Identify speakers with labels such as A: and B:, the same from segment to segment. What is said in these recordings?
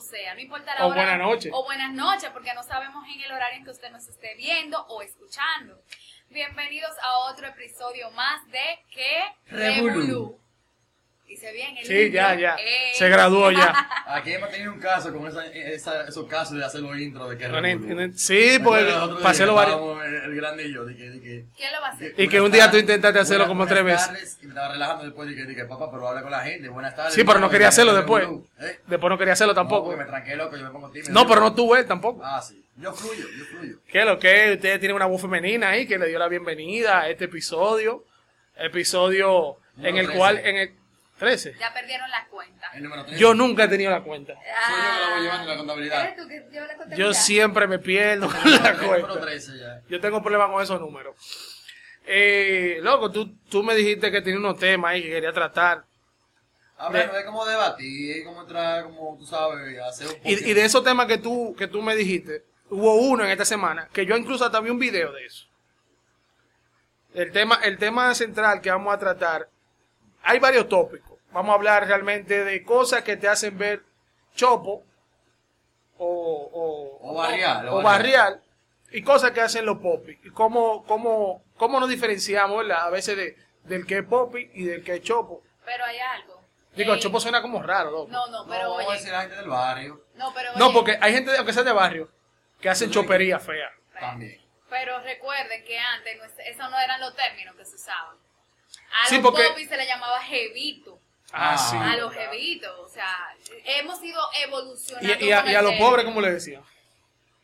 A: sea, no importa la
B: O
A: hora.
B: buena noche.
A: O buenas noches, porque no sabemos en el horario en que usted nos esté viendo o escuchando. Bienvenidos a otro episodio más de ¿Qué?
C: Revolú.
A: Dice bien el Eh.
B: Sí, ya,
A: niño.
B: ya.
A: Ey.
B: Se graduó ya.
C: Aquí hemos tenido un caso con esa, esa- esos casos de hacer los intros de que
B: No, ni- ni-
C: revolú.
B: Sí, pues
C: El otro día
B: pasé los varios.
C: estábamos eh, El, el grande y yo, de que- de que-
A: ¿Quién lo va a hacer?
B: Y que
C: buenas
B: un día tú
C: tardes,
B: intentaste hacerlo
C: buenas-
B: como tres
C: buenas
B: veces.
C: tardes, Y me estaba relajando después y que dije, papá, pero habla con la gente, buenas tardes.
B: Sí, pero no quería hacerlo después.
C: ¿Eh?
B: Después no quería hacerlo
C: No,
B: tampoco.
C: porque me tranqué loco, yo me pongo tímido.
B: No, pero no tuve tampoco.
C: Ah, sí. Yo fluyo, yo fluyo.
B: ¿Qué lo que? Usted tiene una voz femenina ahí que le dio la bienvenida a este episodio. Episodio en
C: Número
B: el
C: 13.
B: cual. En el 13.
A: Ya perdieron la cuenta. Ah.
C: El número tres.
B: Yo nunca he tenido la cuenta.
C: Soy yo que la voy llevando la contabilidad.
A: ¿Eres tú que lleva la contabilidad?
B: Yo siempre me pierdo con
C: El
B: la
C: número
B: cuenta.
C: 13 ya.
B: Yo tengo problemas con esos números. Eh, loco, tú, tú me dijiste que tenía unos temas ahí que quería tratar.
C: Ahora no es como debatir, como entrar, como tú sabes, hacer un
B: Y, y de esos temas que tú, que tú me dijiste, hubo uno en esta semana, que yo incluso hasta vi un video de eso. El tema, el tema central que vamos a tratar, hay varios tópicos. Vamos a hablar realmente de cosas que te hacen ver chopo o, o,
C: O barrial,
B: o
C: o
B: barrial y cosas que hacen los popis. Y cómo, cómo, cómo nos diferenciamos ¿verdad? a veces de, del que es popi y del que es chopo.
A: Pero hay algo.
B: Digo,
A: Ey,
B: chopo suena como raro, loco.
A: No, no, pero
C: no,
A: oye.
C: es la gente del barrio
A: No, pero
B: No,
A: oye,
B: porque hay gente, aunque sea de barrio, que hacen chopería fea.
C: también.
A: Pero recuerden que antes no es- esos no eran los términos que se usaban. A
B: Sí,
A: los
B: porque-
A: popis se le llamaba jevito.
B: Ah,
C: Ah,
B: sí.
A: A los jevitos. O sea, hemos ido evolucionando.
B: Y, y a,
A: con
B: y a
A: el
B: los
A: término.
B: pobres, ¿cómo le decían?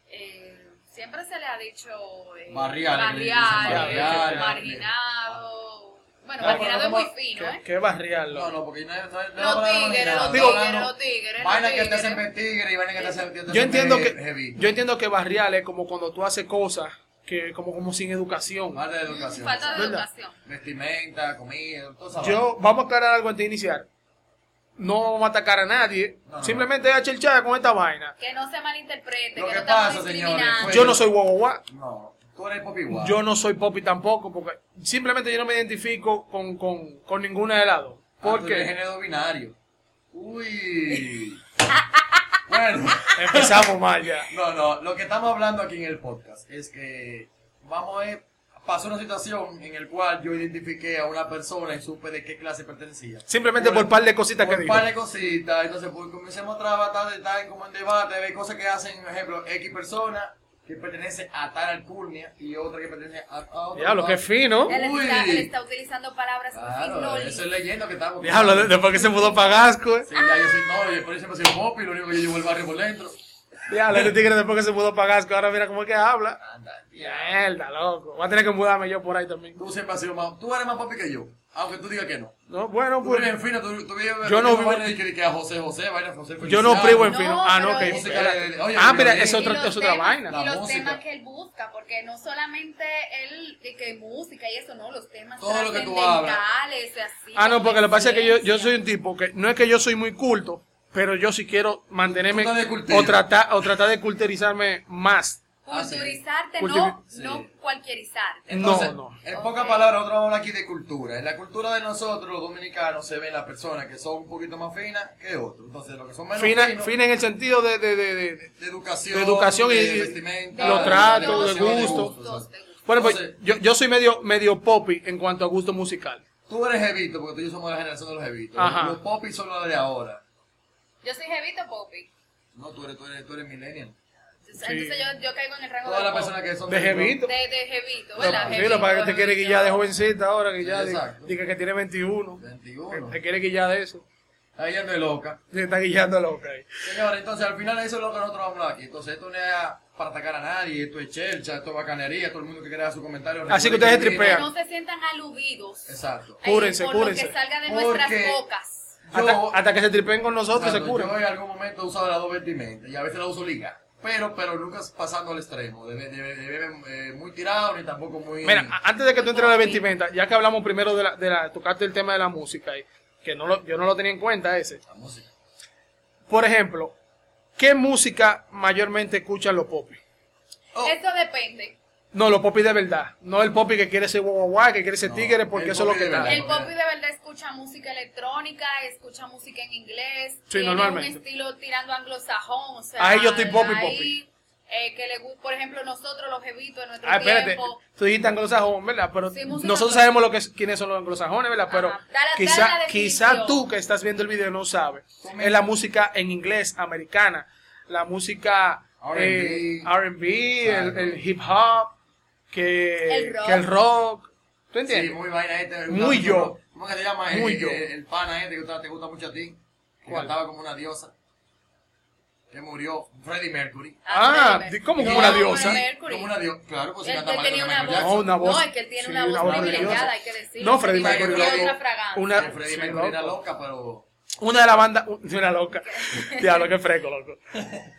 A: Eh, siempre se le ha dicho. eh,
C: Barrial,
A: barrial,
B: le dicen barrial,
A: marginado. Bueno,
C: Claro,
A: marginado es
C: pero
A: muy
C: como-
A: fino,
B: Que
A: ¿eh?
B: Qué barrial,
C: No,
B: loco.
C: no, porque no es. No, es- no,
A: Los
C: no, no, no, no,
A: tigres,
C: no,
A: los
C: no, no,
A: tigres,
C: no.
A: los tigres,
C: Vaina
A: los
C: que te hacen
A: tigres.
C: ver tigre y vaina que te hacen te hacen
B: Yo entiendo
C: ver
B: que
C: heavy.
B: yo entiendo que barrial es como cuando tú haces cosas que como como sin educación.
C: Falta de educación.
A: ¿eh? Falta de
B: ¿Verdad?
A: educación.
C: Vestimenta, comida, todo eso.
B: Yo vamos a aclarar algo antes de iniciar. No vamos a atacar a nadie,
C: No, no.
B: simplemente a chelchar con esta vaina.
A: Que no se malinterprete,
C: Lo
A: que,
C: que
A: no estamos
C: pasa, señores, pues,
A: discriminando.
C: fue-
B: Yo no soy guagua,
C: No, tú eres Ah, Poppy Guau.
B: yo no soy popi tampoco, porque simplemente yo no me identifico con, con, con ninguna de las dos.
C: Porque.
B: Porque
C: género binario. Uy. bueno.
B: empezamos mal ya.
C: No, no, lo que estamos hablando aquí en el podcast es que vamos a ver, pasó una situación en el cual yo identifiqué a una persona y supe de qué clase pertenecía.
B: Simplemente por par de cositas
C: por
B: que
C: par
B: dijo.
C: de cositas, entonces pues, comencemos a trabajar de tal como en debate, ver cosas que hacen, por ejemplo, X persona que pertenece a tal alcurnia y otra que pertenece a, a otra.
B: Diablo, qué fino.
A: Él
C: Uy.
A: está, él está utilizando palabras
C: Claro,
A: frijoles.
C: eso es leyendo que estamos.
B: Diablo, de- después que se mudó para Gasco. eh.
C: Sí, ya yo soy no, yo por eso siempre soy un popi, lo único que yo llevo el barrio por dentro.
B: Diablo, este tigre después que se mudó para Gasco, ahora mira cómo es que habla.
C: Anda, ya.
B: Mierda, loco. Voy a tener que mudarme yo por ahí también.
C: Tú siempre has sido más, tú eres más popi que yo, aunque tú digas que no.
B: No, bueno,
C: Tú eres
B: pues.
C: en fino, tú, tú vives-
B: Yo no
C: tú
B: vivo-
C: vives que, que a José José, vaina José
B: Yo no privo en
A: No,
B: fino. Ah, no,
A: pero
B: que.
A: es-
B: espérate.
C: Oye,
B: Ah, pero
C: pero
B: es
C: es-
B: otra,
A: Y los
B: es otra
A: temas-
B: vaina.
A: Y
C: La
A: los
C: música.
A: temas que él busca, porque no solamente él, de que música y eso, no, los temas
C: Todo lo que tú
A: trascendentales, así.
B: Ah, no, porque lo que pasa es que yo, yo
A: ciencia.
B: soy un tipo que. No es que yo soy muy culto, pero yo sí quiero mantenerme.
C: Tú estás de cultero.
B: O tratar, o tratar de culterizarme más.
C: Ah, sí.
A: Culturizarte, no,
B: Cultivi-
A: no
C: Sí.
A: cualquierizarte.
C: Entonces,
B: No, no.
C: En
A: Ok.
C: pocas palabras, nosotros vamos a hablar aquí de cultura. En la cultura de nosotros, los dominicanos, se ven las personas que son un poquito más finas que otros. Entonces, los que son menos
B: Fina,
C: finos,
B: fina en el sentido de. de, de, de- de-
C: de educación,
B: de educación y-
C: de
B: y-
C: vestimenta,
B: los
C: de
B: tratos, de
C: educación,
B: gusto.
C: gustos,
A: De gustos.
B: Bueno, pues
C: Entonces-
B: yo, yo soy medio, medio poppy en cuanto a gusto musical.
C: Tú eres jevito, porque tú y yo somos de la generación de los jevitos.
B: Ajá.
C: Los popis son los de ahora.
A: Yo soy Jevito Poppy.
C: No, tú eres, tú eres, tú eres millennial.
A: Entonces, entonces yo, yo caigo en el rango
C: Todas
A: de
C: las
A: Poppy.
C: personas que son
B: De jevito.
A: De, de Jevito,
B: Mira,
A: ¿verdad? Jevito,
B: para que te quiere
A: Jevito.
B: guillar de jovencita ahora, que
C: Sí,
B: ya diga,
C: exacto.
B: diga que tiene 21.
C: 21.
B: Te quiere guillar de eso.
C: Ahí ando de loca.
B: Se está guillando loca ahí.
C: Señores, entonces al final eso es lo que nosotros vamos a hablar aquí. Entonces esto no es para atacar a nadie, esto es chelcha, esto es bacanería, todo el mundo que quiera dar su comentario.
B: Así que
C: recuerde
B: ustedes
C: escriban.
B: tripean.
A: No se sientan aludidos.
C: Exacto.
A: Ay,
B: Cúrense,
A: por lo
B: cúrense.
A: que salga de
C: Porque-
A: nuestras bocas.
C: Yo,
B: Hasta, hasta que se tripen con nosotros y se
C: exacto,
B: curan.
C: yo en algún momento he usado las dos vestimentas y a veces la uso liga. Pero, pero nunca pasando al extremo, de, de- de- de- eh, muy tirado ni tampoco muy...
B: Mira, ah. a- antes de que tú entres a la vestimenta, ya que hablamos primero de la, de la tocaste el tema de la música ahí, que no lo- yo no lo tenía en cuenta ese.
C: La música.
B: Por ejemplo, ¿qué música mayormente escuchan los popis?
C: Oh,
A: Eso depende.
B: No, los popis de verdad. No el popi que quiere ser guaguaguá, que quiere ser
C: No,
B: tigre, porque
C: el
B: eso es lo
C: popi
B: que
C: de
B: está.
C: verdad.
A: El popi de verdad escucha música electrónica, escucha música en inglés,
B: Sí,
A: tiene
B: normalmente.
A: un estilo tirando anglosajón, o sea,
B: Ahí yo estoy popi,
A: ahí,
B: popi.
A: eh, que le gusta, por ejemplo, nosotros los jevitos en nuestro
B: Ah, espérate.
A: tiempo.
B: Tú dijiste anglosajón, ¿verdad? Pero
A: Sí, música
B: nosotros
A: anglo-
B: sabemos lo que es- quiénes son los anglosajones, ¿verdad? Pero
A: Ajá. Dale- dale
B: quizá,
A: la definición.
B: quizá tú que estás viendo el video no sabes.
C: Comenta.
B: Es la música en inglés, americana. La música eh,
C: R&B.
B: R&B, el,
C: Claro.
B: el hip hop, que
A: El rock.
B: que el rock. ¿Tú
C: Sí,
B: entiendes?
C: muy vaina este.
B: Muy yo.
C: ¿Cómo que se llama? El-
B: Muy
C: el,
B: yo.
C: El, pana este que te- te gusta mucho a ti. Que
B: ¿Cuál?
C: cantaba como una diosa. Que murió. Freddie Mercury.
B: Ah,
A: Freddie Mercury.
B: ¿cómo
A: No,
B: como una
A: Freddie
B: diosa?
A: Mercury.
C: Como una diosa. Claro, pues si
A: Él-
C: canta
A: él
C: mal
A: tenía
C: que
A: una
C: Michael
A: voz.
B: No,
C: Jackson.
B: una voz.
A: No, es que él tiene una voz privilegiada, hay que decirlo.
B: No, Freddie
A: Freddie
B: Mercury.
A: Mercury,
B: loco.
A: otra fragancia.
B: Una-
C: Que Freddie
B: sí,
C: Mercury era
B: loco.
C: loca, pero.
B: Una de las bandas, una loca. Diablo, qué fresco, loco.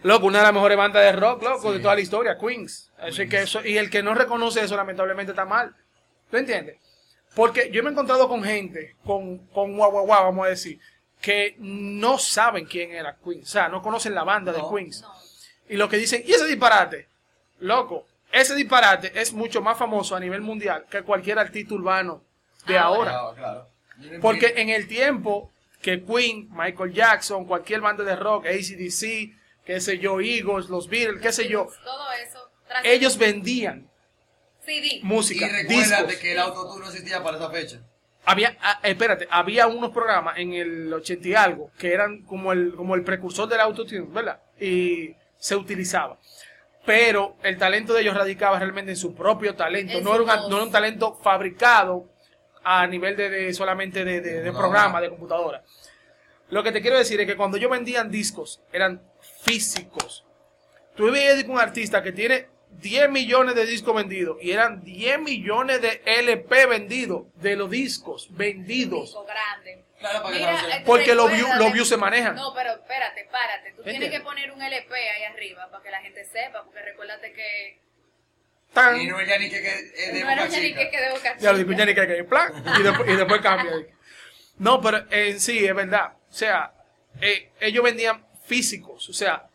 B: Loco, una de las mejores bandas de rock, loco, de toda la historia, Queens. Así que eso, y el que no reconoce eso, lamentablemente está mal. ¿Tú entiendes? Porque yo me he encontrado con gente, con, con guau, guau, guau, vamos a decir, que no saben quién era Queens. O sea, no conocen la banda
C: No.
B: de Queens.
A: No.
B: Y lo que dicen, ¿y ese disparate? Loco, ese disparate es mucho más famoso a nivel mundial que cualquier artista urbano de
A: Ahora.
B: ahora.
C: Claro, claro. Yo no
B: Porque
C: entiendo.
B: en el tiempo que Queen, Michael Jackson, cualquier banda de rock, ACDC, qué sé yo, Eagles, los Beatles, qué sé yo,
A: Todo eso. tras-
B: ellos vendían
A: CD.
B: música,
C: Y recuérdate
B: discos.
C: que el autotune no existía para esa fecha.
B: Había, ah, espérate, había unos programas en el 80 y algo que eran como el, como el precursor del autotune, ¿verdad? Y se utilizaba. Pero el talento de ellos radicaba realmente en su propio talento.
A: En
B: No
A: su
B: era, una-
A: voz.
B: no era un talento fabricado a nivel de, de- solamente de, de- de
C: No.
B: programa, de computadora. Lo que te quiero decir es que cuando ellos vendían discos, eran físicos. Tú veías un artista que tiene 10 millones de discos vendidos y eran 10 millones de LP vendidos, de los discos vendidos.
A: Disco grande.
C: Claro, para que
A: Mira,
C: no se-
A: eh,
B: Porque los
A: recuerda
B: views- los
A: de-
B: views se manejan.
A: No, pero espérate, párate. Tú tienes que
B: ¿Entiendes?
A: poner un LP ahí arriba para que la gente sepa, porque recuérdate que
B: Tan,
C: Y no era ni que, que eh, de
A: no era
C: Boca
A: un que
C: Chica.
A: quedó cachito.
B: ya lo digo, ya ni que- que- plan, y después, y después cambia. No, pero en sí, es verdad. O sea, eh, ellos vendían físicos. O sea,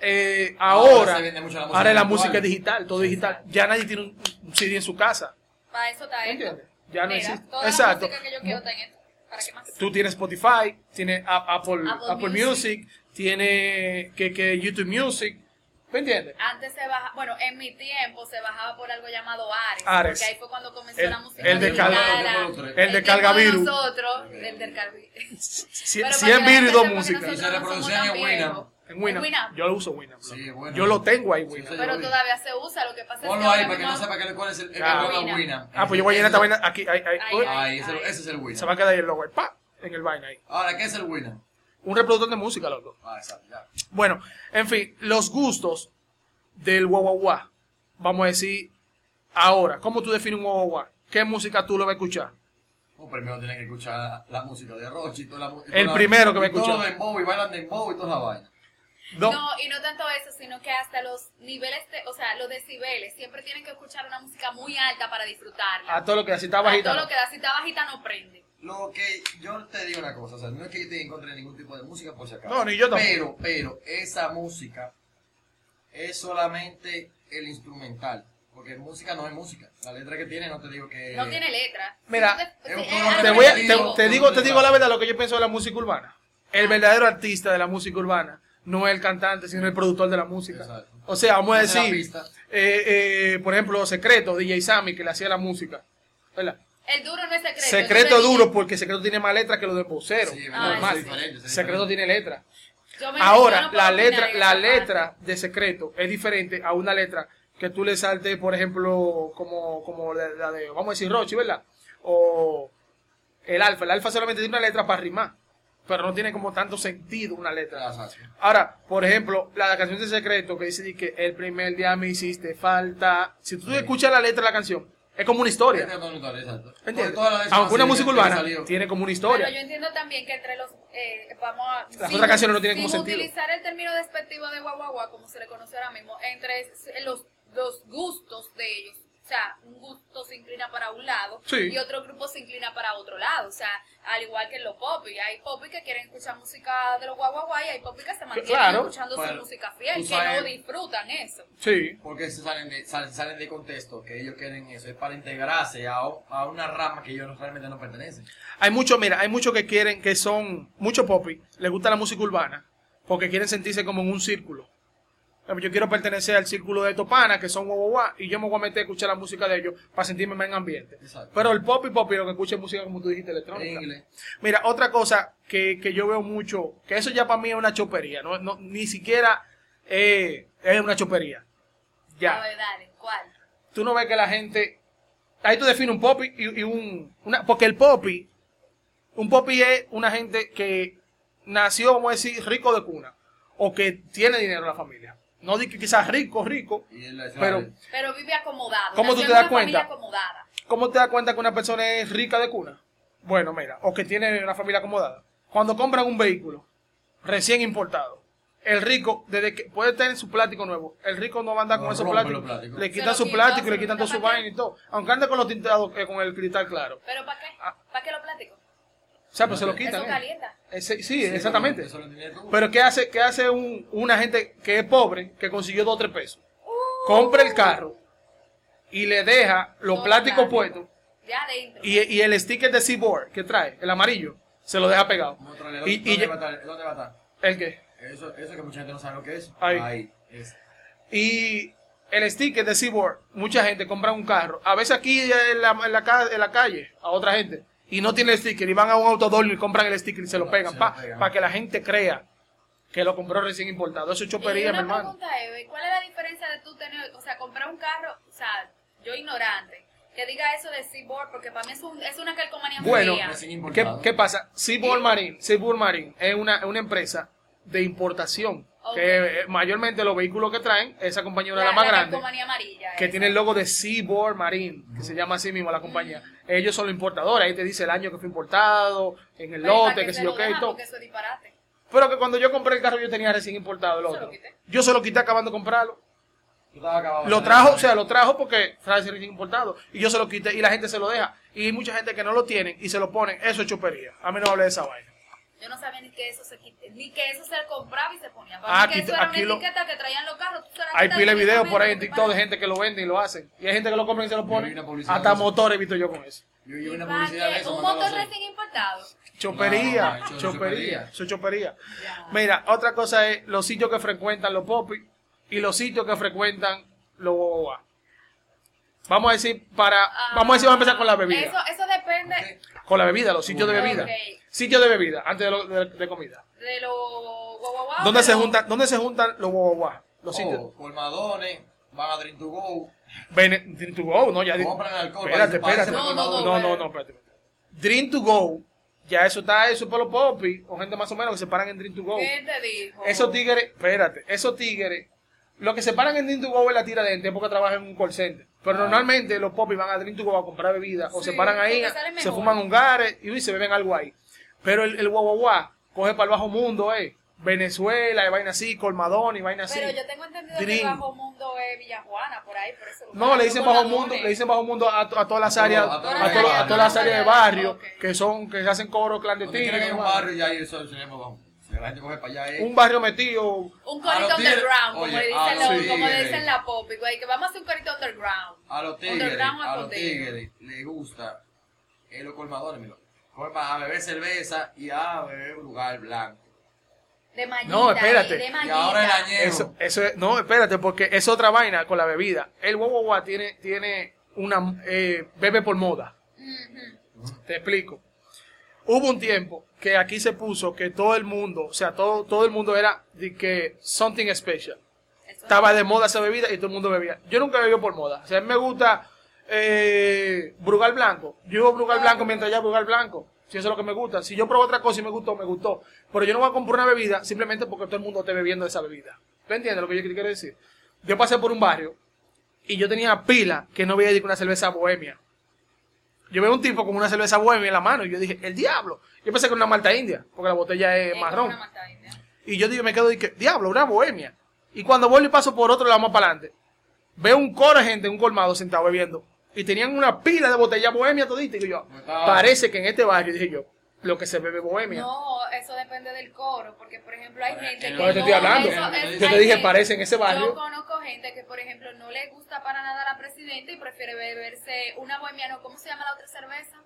B: eh,
C: Ahora
B: ahora,
C: se vende mucho la música
B: ahora es la
C: virtual.
B: música digital, todo digital. Ya nadie tiene un un CD en su casa.
A: Para eso está esto.
B: ¿Entiendes? Ya no
A: Mira,
B: existe.
A: toda la
B: Exacto.
A: música que yo quiero está en esto. ¿Para qué más?
B: tú tienes Spotify, tienes A- Apple,
A: Apple
B: Apple,
A: Music.
B: Music, tiene que, que YouTube Music, ¿me entiendes?
A: Antes se bajaba, bueno, en mi tiempo se bajaba por algo llamado Ares.
B: Ares.
A: Porque ahí fue cuando comenzó
B: El-
A: la música.
B: el de
A: digital,
B: Cal-
A: la-
C: el de
A: tiempo
B: Calgavirus.
A: de Nosotros, el del Calgavirus. Pero
B: Cien,
A: para
B: cien
A: que la
B: virus y
A: gente
B: dos
A: sepa que
B: músicas.
A: nosotros
C: Y se
A: no somos
C: reproducían
A: tan
C: en Winamp.
A: viejos.
B: En Winamp,
A: Winamp.
B: yo lo uso Winamp.
C: Sí,
B: loco.
C: bueno.
B: yo lo tengo ahí,
C: Sí,
B: Winamp.
C: sí.
A: Pero todavía se usa, lo que pasa es que
C: Ponlo
A: ahora
C: ahí para que no
A: mismo-
C: sepa que cuál es el, el
B: Ya.
C: logo de
A: Wina.
C: Wina.
B: ah, pues yo voy a llenar esta vaina aquí, ahí, ahí,
A: Ay,
B: uy,
A: ay.
C: Ahí, ese, ese es el Wina.
B: se va a quedar ahí el logo, ahí, pa, en el vaina ahí.
C: Ahora, ¿qué es el Wina?
B: Un reproductor de música, loco.
C: Ah, exacto, ya.
B: Bueno, en fin, los gustos del guaguaguá, vamos a decir ahora, ¿cómo tú defines un guaguaguá? ¿Qué música tú lo vas a escuchar?
C: Bueno, Oh, primero tienen que escuchar la música de Rochi. Toda la, mu-
B: El
C: toda-
B: primero que va a
C: y todo
B: escuchar.
C: dembow, y bailan dembow y toda la vaina.
A: No. y no tanto eso, sino que hasta los niveles, de- o sea, los decibeles, siempre tienen que escuchar una música muy alta para disfrutarla.
B: a todo lo que así Ah, está
A: A
B: bajita.
A: todo
B: ¿no?
A: lo que da, si está bajita no prende.
C: Lo que yo te digo una cosa, o sea, no es que yo te encuentre ningún tipo de música por si acaso.
B: No, ni yo tampoco.
C: Pero, pero, esa música es solamente el instrumental. Porque música no es música. La letra que tiene no te digo que.
A: No tiene letra.
B: Eh, mira,
A: Si tú te-
C: es un
A: si-
C: color
A: es
B: te,
A: algo
B: voy a- te,
A: repetitivo.
B: te digo, te digo la verdad lo que yo pienso de la música urbana. El verdadero artista de la música urbana no es el cantante, sino el productor de la música.
C: Exacto.
B: O sea, vamos a
C: Hace la
B: decir,
C: pista.
B: eh, eh, por ejemplo, Secreto, DJ Sammy, que le hacía la música. ¿verdad?
A: El duro no es secreto.
B: Secreto
A: Entonces,
B: duro, pues. porque Secreto tiene más letras que los de vocero.
C: Sí,
A: Ah,
B: normal.
A: sí, sí.
C: diferente, sí,
B: Secreto
C: diferente.
B: tiene letras.
A: yo me- yo
B: Ahora,
A: no puedo
B: la
A: opinar
B: letra,
A: en
B: la
A: esa
B: letra de secreto es diferente a una letra que tú le saltes, por ejemplo, como, como la, la de, vamos a decir, Rochi, ¿verdad? O el alfa. El alfa solamente tiene una letra para rimar, pero no tiene como tanto sentido una letra.
C: Exacto.
B: Ahora, por ejemplo, la canción de secreto que dice di que el primer día me hiciste falta. Si tú escuchas la letra de la canción, es como una
C: Este
B: historia.
C: es otro notario, exacto. Porque
B: ¿Entiendes?
C: todas las veces
B: Aunque una
C: así
B: música
C: que- que
B: urbana
C: salió-
B: tiene como una
A: parte.
B: historia.
A: Pero yo entiendo también que entre los. eh, vamos a.
B: Las otras canciones no tienen
A: sin
B: como sentido.
A: utilizar el término despectivo de guaguaguá, como se le conoce ahora mismo, entre s- eh, los, los gustos de ellos. O sea, un gusto se inclina para un lado
B: Sí.
A: y otro grupo se inclina para otro lado. O sea, al igual que en los popis. Hay popis que quieren escuchar música de los guaguaguay y hay popis que se mantienen
B: Claro.
A: escuchando su
C: Bueno,
A: música
C: tú
A: fiel, que
C: sabes-
A: no disfrutan eso.
B: Sí.
C: Porque se salen de, salen, salen de contexto, que ellos quieren eso, es para integrarse a, o- a una rama que ellos realmente no pertenecen.
B: Hay muchos, mira, hay muchos que quieren, que son, muchos popis, les gusta la música urbana, porque quieren sentirse como en un círculo. Yo quiero pertenecer al círculo de Topana, que son guaguaguá, y yo me voy a meter a escuchar la música de ellos para sentirme más en ambiente.
C: Exacto.
B: Pero el popi popi lo que escucha es música, como tú dijiste, electrónica.
C: En inglés.
B: Mira, otra cosa que, que yo veo mucho, que eso ya para mí es una chopería, no, no- ni siquiera eh, es una chopería.
A: A
B: Ya.
A: ver, dale, ¿cuál?
B: Tú no ves que la gente. Ahí tú defines un popi y, y un. una- porque el popi. Un popi es una gente que nació, vamos a decir, rico de cuna. O que tiene dinero en la familia. No di que quizás rico, rico.
C: Y en la-
B: Pero-
A: Pero vive acomodado.
B: ¿Cómo
A: nació
B: tú
A: en
B: te das
A: una familia
B: cuenta?
A: acomodada.
B: ¿Cómo te das cuenta que una persona es rica de cuna? Bueno, mira, o que tiene una familia acomodada. Cuando compran un vehículo recién importado, el rico, desde que puede tener su plástico nuevo, el rico no va a andar
C: No,
B: con esos
C: rompe
B: plásticos.
C: los plásticos.
B: Le
A: Se
B: quitan
A: los
B: su
A: quita, se
B: plástico, le
A: los
B: quitan
A: quita
B: toda su
A: para
B: vaina y todo. Aunque ande con los tintados, eh, con el cristal claro.
A: ¿Pero para qué?
B: Ah.
A: ¿Para qué lo plático?
B: O sea, pues se lo
C: Eso
B: quitan. eh.
A: calienta.
B: Ese- sí,
C: Sí,
B: exactamente.
C: Eso lo entiendes tú.
B: Pero ¿qué hace, qué hace un, una gente que es pobre, que consiguió dos o tres pesos?
A: Uh.
B: Compra el carro y le deja los
A: Todo
B: plásticos
A: plástico.
B: puestos
A: Ya adentro.
B: pues. Y, y el sticker de Seaboard que trae, el amarillo, se lo deja pegado.
C: Mostrale,
B: Y,
C: ¿dónde,
B: y
C: dónde
B: ya-
C: va a estar? ¿Dónde va a estar?
B: ¿El qué?
C: Eso, eso que mucha gente no sabe lo que es.
B: Ahí.
C: es.
B: Y el sticker de Seaboard, mucha gente compra un carro. A veces aquí eh, en la, en la ca- en la calle, a otra gente, y no tiene el sticker, y van a un autodolio y compran el sticker y se lo
C: No,
B: pegan,
C: se lo
B: para
C: pegan.
B: que la gente crea que lo compró recién importado. Eso es
A: y
B: chopería, mi
A: una
B: hermano.
A: pregunta, Eve, ¿cuál es la diferencia de tú tener, o sea, comprar un carro, o sea, yo ignorante, que diga eso de Seaboard, porque para mí es, un, es una calcomanía muy
B: Bueno,
A: fría.
C: Recién
B: ¿Qué,
C: importado.
B: qué pasa? Seaboard Marine, Seaboard Marine es una, es una empresa de importación.
A: Ok.
B: Que eh, mayormente los vehículos que traen, esa compañía es una de las más grandes.
A: calcomanía amarilla.
B: que
A: esa.
B: tiene el logo de Seaboard Marine, que se llama así mismo la compañía. Ellos son los importadores, ahí te dice el año que fue importado, en el
A: Pero ¿para
B: lote, que
A: se
B: si lo que y
A: dejan?
B: todo.
A: Porque eso es disparate.
B: Pero que cuando yo compré el carro yo tenía recién importado el
A: Se lo
B: otro.
A: quité.
B: Yo se lo quité acabando de comprarlo.
C: Tú estabas acabado.
B: Lo trajo, o sea, lo trajo porque trae recién importado. Y yo se lo quité y la gente se lo deja. Y hay mucha gente que no lo tiene y se lo ponen. Eso es chupería. A mí no me hable de esa vaina.
A: Yo no sabía ni que eso se quite- ni que eso se compraba y se ponía.
B: Ah,
A: Para mí que
B: aquí-
A: eso era una
B: aquí lo-
A: etiqueta que traían los carros. tú se la
B: Hay
A: quitas
B: pila de videos por ahí en
A: directamente,
B: TikTok de
A: porque
B: gente que lo vende y lo hacen. Y hay gente que lo compra y se lo pone.
C: una publicidad
B: Hasta
C: de eso.
B: motores he visto yo con eso.
C: Yo llevo
A: para-
C: una
A: para
C: publicidad de
A: que
C: eso.
A: Un
C: mandaba
A: motor
C: a hacer.
A: recién importado.
B: Chopería,
C: Ah, No, eso es
B: chopería,
C: chopería.
B: eso es chopería.
A: Ya.
B: Mira, otra cosa es los sitios que frecuentan los popis y los sitios que frecuentan los boba. Vamos a decir para,
A: Ah,
B: vamos a decir, vamos a empezar con la bebida,
A: Eso, eso depende
B: con la bebida, los sitios de
C: Ok.
B: bebida, sitios de bebida antes de, lo- de- de comida.
A: de los guau, guau, guau,
B: ¿Dónde se
A: pero-
B: juntan, dónde se juntan los boba? Los sitios.
C: Oh, colmadones, van a Drink to Go.
B: Bene- Drink to go, no, ya.
C: Compran alcohol,
B: Espérate,
C: parece-
A: parece
B: espérate. No,
A: No, no,
B: no,
A: no,
B: no,
A: espérate.
B: no, espérate. Drink to go, ya eso está, eso es para los popis o gente más o menos que se paran en drink to go.
A: ¿Qué te dijo?
B: Esos tigres, espérate, esos tigres, lo que se paran en Drink to Go es la tira de gente porque trabajan en un call center. Pero normalmente los popis van a Drink to Go a comprar bebidas o
A: Ah. Sí,
B: se paran ahí,
A: porque sale
B: se
A: mejor.
B: fuman un gare y uy, se beben algo ahí. Pero el, el guaguaguá coge para el bajo mundo, eh. Venezuela, y vaina así, Colmadón y vaina así.
A: Pero yo tengo entendido
B: Drink.
A: que Bajo Mundo es Villajuana, por ahí, por eso.
B: No, le dicen bajo mundo, le dicen bajo mundo a, to- a todas las
C: A
B: áreas,
C: todo-
B: a,
C: a todo-
B: todo- a todas las áreas de barrio
A: Ok.
B: que son, que se hacen coro
C: Donde quiera que hay
B: clandestino.
C: un barrio, ya ahí eso se llama vamos. Si la gente coge para allá, eh.
B: Un barrio metido,
A: Un
C: A
A: corito
C: los tigres-
A: underground, como,
C: Oye,
A: le
C: a
A: dicen
C: los
A: los- como le
C: tigres.
A: dicen la pop, güey, que vamos a hacer un corito underground.
C: A los tigres,
A: Underground
C: a los
A: escondido.
C: tigres les gusta eh, los colmadores, mira. Cogen para a beber cerveza y a beber un lugar blanco.
A: De mallita,
B: No, espérate.
A: y de
C: Y
A: mallita.
C: ahora el añejo.
B: Eso, eso es- no, espérate, porque es otra vaina con la bebida. El guaguaguá tiene, tiene una, eh, bebe por moda.
A: Ujú.
B: Te explico. Hubo un tiempo que aquí se puso que todo el mundo, o sea, todo, todo el mundo era de que something special.
A: Eso
B: Estaba de moda esa bebida y todo el mundo bebía. Yo nunca bebí por moda. O sea, a mí me gusta eh, Brugal Blanco. Yo bebo Brugal Blanco mientras ya Brugal Blanco. Si eso es lo que me gusta. Si yo probé otra cosa y me gustó, me gustó. Pero yo no voy a comprar una bebida simplemente porque todo el mundo esté bebiendo esa bebida. ¿Tú entiendes lo que yo te quiero decir? Yo pasé por un barrio y yo tenía pila que no veía una cerveza bohemia. Yo veo un tipo con una cerveza bohemia en la mano y yo dije, el diablo. Yo pensé que era una malta india, porque la botella es
A: es
B: marrón.
A: como una mata india.
B: Y yo digo, me quedo y que, diablo, una bohemia. Y cuando vuelvo y paso por otro lado más para adelante, veo un coro de gente, un colmado sentado bebiendo. Y tenían una pila de botellas bohemia todita. Y yo,
C: Estaba-
B: parece que en este barrio, dije yo, lo que se bebe bohemia.
A: No, eso depende del coro, porque por ejemplo hay
C: Ahora,
A: gente
C: el-
A: que
B: Por eso te estoy
A: no-
B: hablando.
A: eso es-
B: Yo te
A: hay
B: dije,
A: gente-
B: parece en ese
A: Yo
B: barrio.
A: conozco gente que por ejemplo no le gusta para nada la presidenta y prefiere beberse una bohemia, no, ¿cómo se llama la otra cerveza?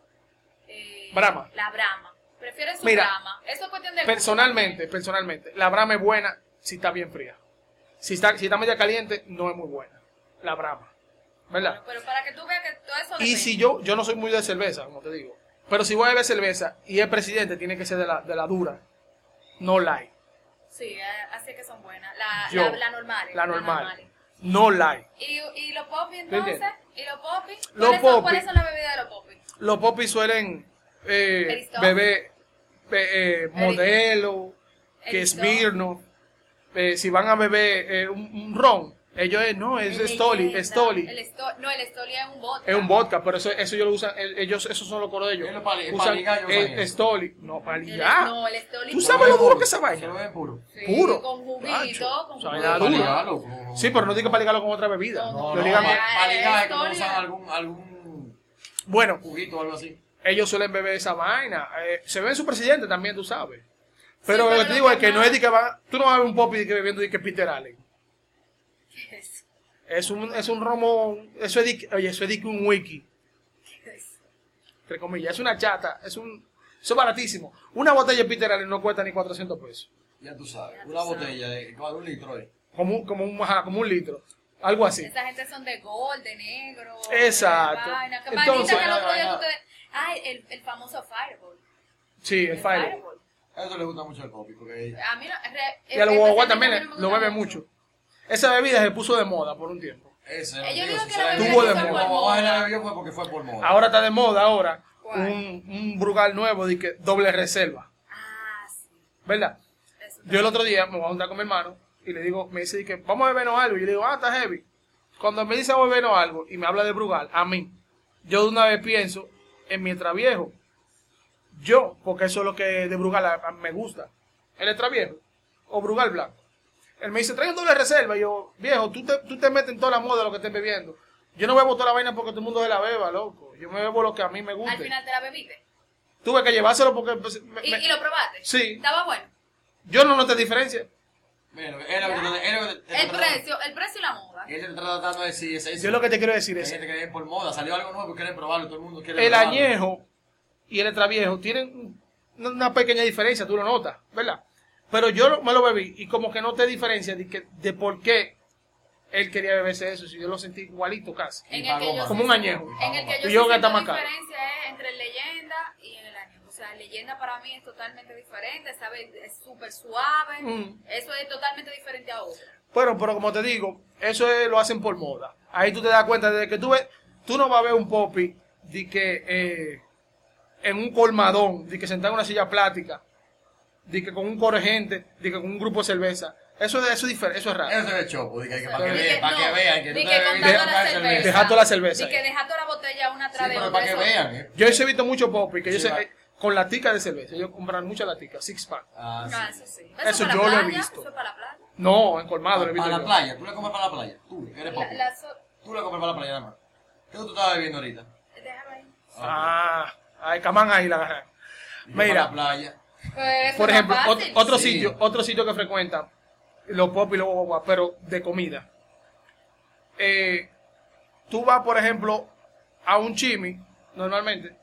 A: Eh,
B: Brahma.
A: La Brahma. Prefiere su
B: Mira,
A: Brahma. Eso es cuestión de
B: Personalmente, personalmente, la brama es buena si está bien fría. Si está, si está media caliente, no es muy buena. La brama. ¿Verdad?
A: Bueno, pero para que tú veas que todo eso
B: Y
A: depende.
B: si yo, yo no soy muy de cerveza, como te digo. Pero si voy a beber cerveza y el presidente tiene que ser de la, de la dura, no light.
A: Sí, eh, así que son buenas. Ah, La,
B: Yo,
A: la, la normales.
B: La
A: las
B: normal.
A: normales.
B: No light.
A: ¿Y, y los popis
B: ¿Tú entiendes?
A: entonces? ¿Y los popis?
B: Los
A: ¿Cuáles son-
B: popis.
A: ¿Cuáles son las bebidas de los popis?
B: Los popis suelen eh,
A: Eristoff.
B: beber pe- eh, modelo, que
A: Eristoff.
B: Smirnoff. Eh, si van a beber eh, un, un ron, ellos eh, no, es
A: El
B: Stoli,
A: leyenda,
B: Stoli.
A: el Sto- no, el Stoli es un vodka.
B: Es un vodka, pero eso, eso ellos lo usan, el- ellos, esos son los coros de ellos.
C: Es lo pali- el
B: usan
C: paligallo
B: el-
C: usan eso.
B: Stoli. No,
A: El-
B: paligallo.
A: No, el Stoli.
B: ¿Tú
A: puro.
B: sabes lo duro que esa
C: Se
B: vaina?
C: lo beben puro.
A: Sí,
B: puro.
A: Con
B: Nacho,
A: juguito, con
B: sabe
A: juguito.
B: nada duro. Sí, pero no digo paligarlo con otra bebida.
A: No,
B: Yo
A: no,
B: diga
A: no.
C: Eh,
B: más.
C: Paligar, como
A: Historia.
C: usan algún, algún
B: Bueno,
C: juguito o algo así.
B: ellos suelen beber esa vaina. Eh, se ve su presidente también, tú sabes.
A: Sí,
B: Pero lo
A: pero
B: que te
A: lo
B: digo
A: que
B: es que no
A: más-
B: es de que va. Tú no vas a ver un pop de que bebiendo de que Peter Allen.
A: ¿Qué es?
B: Es un, es un romo. Eso es de, que- oye, eso es de que un wiki.
A: ¿Qué es?
B: Entre comillas. Es una chata. Es un. Eso es baratísimo. Una botella de Peter Allen no cuesta ni 400 pesos.
C: Ya tú sabes.
A: Ya tú
C: Una
A: sabes.
C: botella de ¿cuál? un litro. eh.
B: Como, un- como, un, ajá, como un litro. Algo así.
A: Esa gente son de gol, de negro.
B: Exacto.
A: de vaina. Que
B: Entonces-
A: maldita que el otro día
C: Vaina.
A: tú te- Ay, el, el famoso Fireball.
B: Sí, el
A: El
B: Fireball.
A: Fireball.
C: A eso le gusta mucho el coffee porque
A: A mí no- re-
B: Y a los
A: especialmente
B: guaguas
A: a
B: también
A: mí no me
B: lo
A: gusta
B: beben mucho. Esa bebida se puso de moda por un tiempo.
C: ese
A: Eh, yo
C: digo,
A: digo
C: si
A: que
C: se
A: la
C: la
B: bebida
C: bebió-
B: Tuvo de
C: como
A: moda.
C: Boba la bebió fue porque fue por moda.
B: Ahora está de moda ahora
A: ¿Cuál?
B: un, un brugal nuevo de que doble reserva.
A: Ah, sí.
B: ¿Verdad?
A: eso
B: Yo el otro día me voy a juntar con mi hermano y le digo, me dice que vamos a bebernos algo. Y yo le digo, ah, está heavy. Cuando me dice vamos a bebernos algo y me habla de Brugal, a mí, yo de una vez pienso en mi extraviejo. Yo, porque eso es lo que de Brugal a- a- me gusta. El extraviejo o Brugal blanco. Él me dice, trae un doble reserva. Y yo, viejo, tú te, tú te metes en toda la moda de lo que estés bebiendo. Yo no bebo toda la vaina porque todo el mundo se la beba, loco. Yo me bebo lo que a mí me gusta.
A: Al final te la bebiste.
B: Tuve que llevárselo porque... pues, me-
A: ¿Y,
B: me-
A: y lo probaste?
B: Sí.
A: Estaba bueno.
B: Yo no noté diferencia.
C: Mira, lo que- es lo que te- es lo que te-
A: El
C: te- te-
A: precio, el precio y la moda.
C: Él te está tratando de decir, es eso.
B: Yo lo que te quiero decir
C: Hay
B: es...
C: gente que viene por moda, salió algo nuevo, quieren probarlo, todo el mundo quiere
B: el
C: probarlo.
B: añejo y el extraviejo tienen un- una pequeña diferencia, tú lo notas, ¿verdad? Pero yo lo- me lo bebí y como que no te diferencia de, que, de por qué él quería beberse eso, si yo lo sentí igualito casi.
C: Y
A: En el que
C: pagó
A: yo
C: más.
B: Como
A: sí-
B: un añejo.
A: En el que yo
B: Y
A: sí
B: yo que
A: siento
B: está más caro.
A: diferencia es entre el leyenda y el añejo. O sea, el leyenda para mí es totalmente diferente, sabe, es súper suave.
B: Mm.
A: Eso es totalmente diferente a otro.
B: Pero, pero como te digo, eso es- lo hacen por moda. Ahí tú te das cuenta de que tú ves, tú no vas a ver un popi de que eh, en un colmadón, de que sentado en una silla plática, de que con un coro de gente, de que con un grupo de cerveza. Eso, es- eso, es difer- eso es raro.
C: Eso es el chopo, dije, que para que
A: Di
C: vean, para que
A: no,
C: vean, que
A: di
C: tú
A: que
C: te
A: con
C: bebes
A: toda la
C: una caja de
A: cerveza.
B: Deja toda la cerveza
A: Di que
B: ahí.
A: deja toda la botella una
C: Sí,
A: tras de
C: pero
A: otra.
C: para que
A: eso-
C: vean, eh.
B: Yo he visto mucho popi que yo
C: Sí,
B: sé,
C: va.
B: eh, con la tica de cerveza, ellos compran mucha latica, six pack.
C: Ah,
A: No,
C: sí.
A: eso sí.
B: Eso
A: para
B: yo lo he
A: playa,
B: visto.
A: Eso es para la playa.
B: No, en colmado, lo he
C: Ah, Para
B: visto
C: la
B: yo.
C: playa, tú la comes para la playa, tú, que
A: La-
C: eres popi.
A: la so-
C: Tú la comes para la playa nada más. ¿Qué tú estabas bebiendo ahorita?
A: déjalo ahí.
B: Ah, ay, camán ahí la agarran.
C: Dije, para
B: Mira,
C: la playa.
A: Pues eso
B: por
A: está
B: ejemplo, ot-
A: fácil.
B: otro
C: Sí.
B: sitio, otro sitio que frecuentan los pop y los guaguas, pero de comida. Eh, tú vas, por ejemplo, a un chimi, normalmente.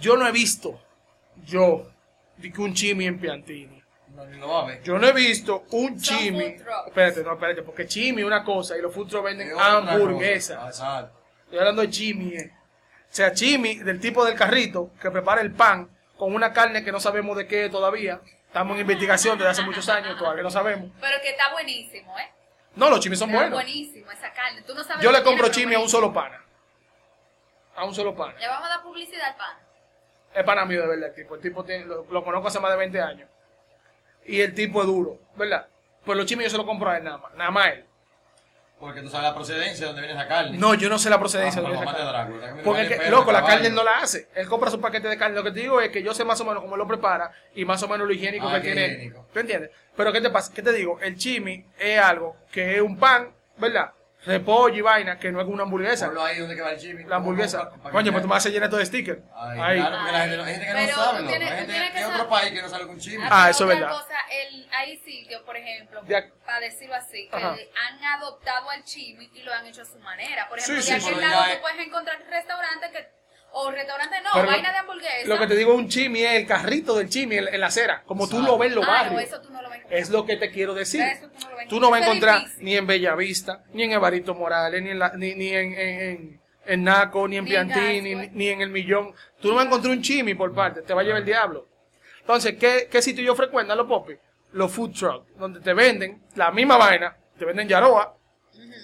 B: Yo no he visto, yo, di que un chimi en Piantini.
C: No, ni lo vas a ver.
B: Yo no he visto
A: Son
B: un chimi.
A: food trucks.
B: Espérate, no, espérate, porque chimi es una cosa y los food trucks venden
C: Es otra cosa. Ah,
B: hamburguesas.
C: Exacto.
B: Estoy hablando de chimi. eh. O sea, chimi del tipo del carrito que prepara el pan con una carne que no sabemos de qué todavía. Estamos en investigación desde hace muchos años, todavía no sabemos.
A: Pero que está buenísimo, ¿eh?
B: No, los chimis son
A: Está
B: buenos.
A: buenísimo esa carne. Tú no sabes
B: Yo
A: lo
B: le
A: que
B: compro
A: tiene, pero
B: chimi a un
A: buenísimo.
B: solo pana. A un solo pana.
A: Le vamos a dar publicidad al pan.
B: Es pana mío de verdad el tipo. El tipo tiene- lo, lo conozco hace más de 20 años. Y el tipo es duro, ¿verdad? Pues los chimis yo se los compro a él nada más. Nada más a él.
C: Porque tú sabes la procedencia de dónde viene esa carne.
B: No, yo no sé la
C: Ah,
B: procedencia
C: pero
B: de esa
C: mamá te
B: carne.
C: Drácula, está que me
B: Porque,
C: vale
B: es que,
C: perro,
B: loco, la
C: caballo.
B: carne él no la hace. Él compra su paquete de carne. Lo que te digo es que yo sé más o menos cómo lo prepara y más o menos lo higiénico
C: Ah,
B: que
C: qué
B: tiene.
C: higiénico.
B: ¿Tú entiendes? Pero ¿qué te pasa? ¿Qué te digo? El chimi es algo que es un pan, ¿verdad? repollo y vaina, que no es una hamburguesa.
C: Ponlo ahí donde que va el Jimmy.
B: La hamburguesa.
C: Pa- pa- pa-
B: Coño, pues tú me vas a llenar todo de sticker.
C: Ay,
B: Ahí.
C: claro, porque la gente, no- hay gente que
A: Pero
C: no
A: tú
C: sabe. loco.
A: tienes-
C: Hay
A: tú
C: gente
A: tienes que
C: de otro
A: saber-
C: país que no sale con Jimmy.
B: Ah, eso es
A: Otra
B: verdad.
A: cosa, el- hay sitios, por ejemplo,
B: De ac-
A: para decirlo así, que
B: Ajá.
A: le han adoptado al chimi y lo han hecho a su manera. Por
B: Sí,
A: ejemplo,
B: sí,
A: de aquel
C: pero
A: lado
C: ya
A: tú
C: es-
A: puedes encontrar restaurantes que, o restaurantes no,
B: Pero lo-
A: vaina de hamburguesa.
B: Lo que te digo es un chimi, es el carrito del chimi en, en la acera. Como tú
C: Exacto.
B: lo ves en los
A: Ah, no,
B: barrios.
A: eso tú no lo vas a encontrar.
B: Es lo que te quiero decir.
A: Eso tú no lo vas a
B: Tú no vas a
A: encontrar.
B: encontrar
A: Eso es
B: ni en Bellavista, ni en Evarito Morales, ni en, la- ni, ni en, en- en- en Naco, ni en
A: Ni en
B: Piantini, ni,
A: Gasco.
B: ni en El Millón. Tú no vas a encontrar un chimi por parte, te va a llevar el diablo. Entonces, ¿qué, qué sitio yo frecuento, los popis? Los food trucks, donde te venden la misma vaina, te venden Yaroa.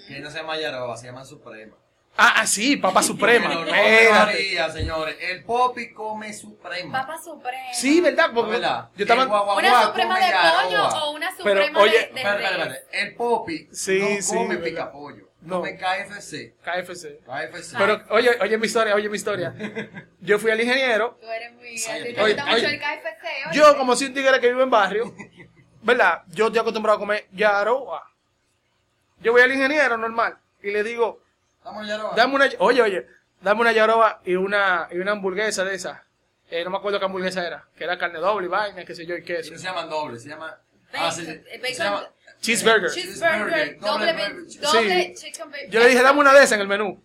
C: Que no se llama Yaroba, se llama Suprema.
B: Ah, ah, sí, Papa Suprema.
C: Pero no,
B: Espérate.
C: María, señores. El Popi come Suprema.
A: Papa suprema.
B: Sí, ¿verdad?
C: ¿No
B: Porque
C: es ¿verdad?
B: Yo estaba...
C: El guaguaguá
A: Una suprema
C: come
A: de pollo
C: Yaroba.
A: o una
B: Pero,
A: suprema
B: oye,
A: de, de
C: Espera, espera,
A: res.
C: espera. El Popi
B: Sí,
C: no
B: sí,
C: come
B: ¿verdad?
C: picapollo.
B: No.
C: Come KFC.
B: KFC.
C: KFC.
B: Pero, oye, oye mi historia, oye mi historia. Yo fui al ingeniero
A: Tú eres muy...
C: Sí,
A: a ti te
B: oye,
A: gusta mucho
B: oye.
A: el KFC, oye.
B: Yo, como soy un tigre que vive en barrio, ¿verdad? Yo estoy acostumbrado a comer yaroa. Yo voy al ingeniero normal y le digo,
C: Estamos en Yaroba.
B: dame una, oye, oye, dame una yaroa y una, y una hamburguesa de esas. Eh, no me acuerdo qué hamburguesa era, que era carne doble, y vaina, qué sé yo, y
C: Y
B: queso.
C: no Este se llaman doble, se llama. Ah,
A: Bacon,
C: se,
A: eh, bacon-
C: se llama.
B: Cheeseburger.
A: Cheeseburger,
C: Cheeseburger,
A: doble,
C: doble
A: doble,
C: bacon.
B: Sí.
A: chicken bacon.
B: Yo le dije, dame una de esas en el menú.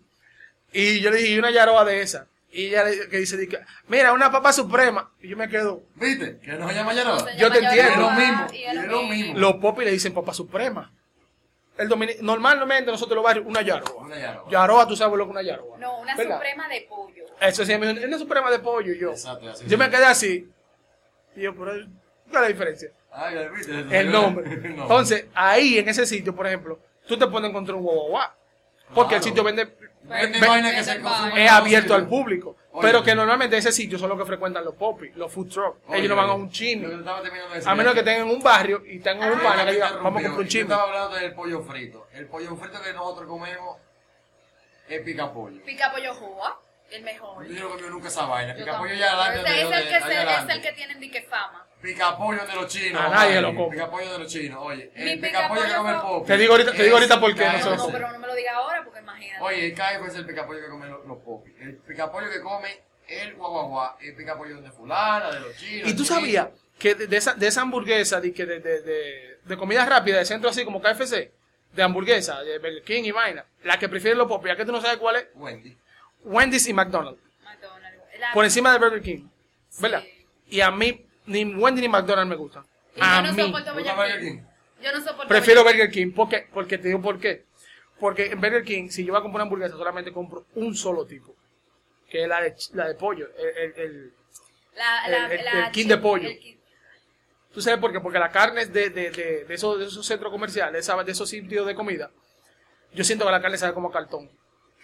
B: Y yo le dije, y una yaroa de esas. Y ella le, que dice, dice, mira, una papa suprema. Y yo me quedo,
C: ¿Viste? Que no se llama Yaroba.
A: Se
B: Yo te
A: llama
B: entiendo.
A: Yoruba
C: Es lo mismo,
A: y
C: es lo mismo.
B: los popis le dicen papa suprema. El domini- normalmente nosotros los barrios, una yaroa.
C: Una Yaroba.
B: Yaroa, tú sabes lo que es una yaroa.
A: No, una
B: ¿Verdad?
A: suprema de pollo.
B: Eso sí, me dijo, es una suprema de pollo y yo.
C: Exacto, así
B: yo
C: es.
B: me quedé así. Y yo, pero, ¿cuál es la diferencia?
C: Ay, ¿viste?
B: El nombre.
C: El nombre.
B: Entonces, ahí en ese sitio, por ejemplo, tú te pones a encontrar un guau Porque el
C: Claro.
B: sitio vende.
C: Vende
B: ve-
C: vaina que se
A: es
C: consume en
B: es
C: todo
B: abierto
C: sitio.
B: al público.
C: Oye.
B: Pero que normalmente ese sitio son los que frecuentan los popis, los food trucks.
C: Oye,
B: Ellos no van a
C: oye,
B: un chimi.
C: lo que estaba terminando de decir
B: A menos
C: era
B: que tengan un barrio y tengan un
C: Yo
B: pana que
C: te
B: diga,
C: interrumpí,
B: vamos a comprar un
C: yo
B: chimi.
C: estaba hablando del pollo frito. El pollo frito que nosotros comemos es picapollo.
A: Pica pollo joa, el mejor.
C: Yo no comí nunca esa vaina.
A: Yo
C: Picapollo
A: tampoco.
C: ya adelante.
A: Ese es
C: de-
A: el que
C: de- allá
A: se- es
C: adelante.
A: el que tienen dique fama.
C: Picapollo de los chinos.
B: A nadie
C: ay,
B: lo come.
C: Picapollo de los chinos. Oye,
A: Mi
C: el picapollo que
A: picapollo
C: come el
A: fa-
C: popi.
B: Te digo ahorita- te digo
C: es
B: ahorita por qué,
C: KFC.
A: No,
B: Eso
A: no,
B: sí.
A: pero no me lo diga ahora porque imagínate.
C: Ah, Oye, el KF es el picapollo que comen los, los popis. El picapollo que come el guaguaguá. El picapollo de fulana, de los chinos.
B: Y tú
C: de-
B: sabías que de, de esa, de esa hamburguesa de, que de, de, de- de comida rápida, de centro así como KFC, de hamburguesa, de Burger King y vaina, la que prefieren los popis, ya que tú no sabes cuál es,
C: Wendy.
B: Wendy's y McDonald's,
A: McDonald's. La-
B: por encima de Burger King, ¿verdad?
A: Ah. Sí.
B: Y a mí, ni Wendy ni McDonald's me gustan.
A: Y yo
B: A
A: no
B: mí,
A: soporto
C: ¿Gusta
A: Burger
C: Burger
A: King.
C: King?
A: Yo no soporto
B: prefiero Burger King, porque, porque te digo por qué. Porque en Burger King, si yo voy a comprar una hamburguesa, solamente compro un solo tipo, que es la de, ch- la de pollo, el- el- el,
A: La, la,
B: el- el-
A: la-
B: el King de pollo.
A: el King-
B: ¿Tú sabes por qué? Porque la carne es de, de, de, de esos, de esos centros comerciales, esa- de esos sitios de comida. Yo siento que la carne sabe como a cartón.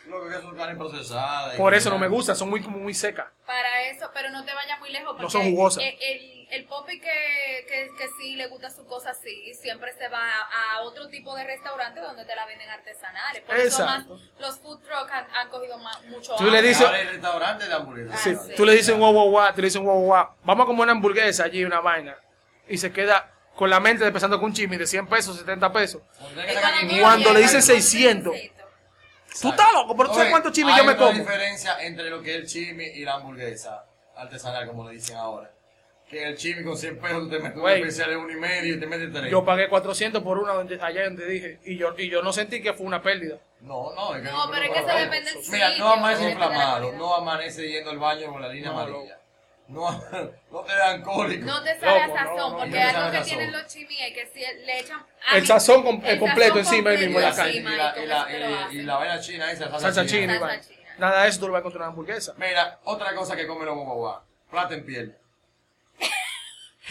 C: Lo que es carne procesada. y
B: Por eso no
C: nada.
B: me gusta, son muy, como muy secas.
A: Para eso, pero no te vayas muy lejos. Porque
B: No son jugosas.
A: El, el, el popi que, que, que sí le gusta su cosa así, siempre se va a, a otro tipo de restaurante donde te la venden artesanales. Por
B: Exacto.
A: eso más los food trucks han, han cogido más, mucho
B: Tú le
A: auge.
B: dices-
C: Ahora el restaurante de hamburguesas.
B: Sí,
A: Ah, sí.
B: Tú le dices un wow, wow, wow, tú le dices un wow, wow, wow. Vamos a comer una hamburguesa allí, una vaina. Y se queda con la mente de pensando con un chimi de 100 pesos, 70 pesos.
C: Tendría que
A: Y
C: sacar
A: cuando
C: 500.
B: Cuando le dicen
A: llegas,
B: 600. Tú estás loco, pero tú sabes
C: Oye,
B: cuántos chimis yo me
C: Hay
B: como.
C: una diferencia entre lo que es el chimi y la hamburguesa artesanal, como le dicen ahora. Que el chimi con 100 pesos te metes un
B: Güey.
C: especial de uno y medio y te metes tres.
B: Yo pagué 400 por una donde, allá donde dije. Y yo, y yo no sentí que fue una pérdida.
C: No, no, es que
A: No, pero es que eso
C: no,
A: depende del
C: Mira,
A: sitio,
C: no amanece
A: depende de la
C: inflamado,
A: calidad.
C: no amanece yendo al baño con la línea
B: No,
C: amarilla. No, no te dan cólico.
A: No te sabe a
B: Loco, no,
A: sazón,
B: no,
A: porque
C: no te sabe
A: algo
C: a
A: que
C: sazón.
A: tienen los chimis es que si le echan...
B: El sazón com- el completo encima ahí
A: del
C: y
B: mismo de la
C: la,
B: carne.
C: y la, y la- y la- y la vaina china esa, salsa,
B: Salsa
C: china.
B: china y
A: Salsa
B: vaina.
A: china.
B: Nada de eso tú lo vas a encontrar en una hamburguesa.
C: Mira, otra cosa que come los guaguaguá, plata en piel.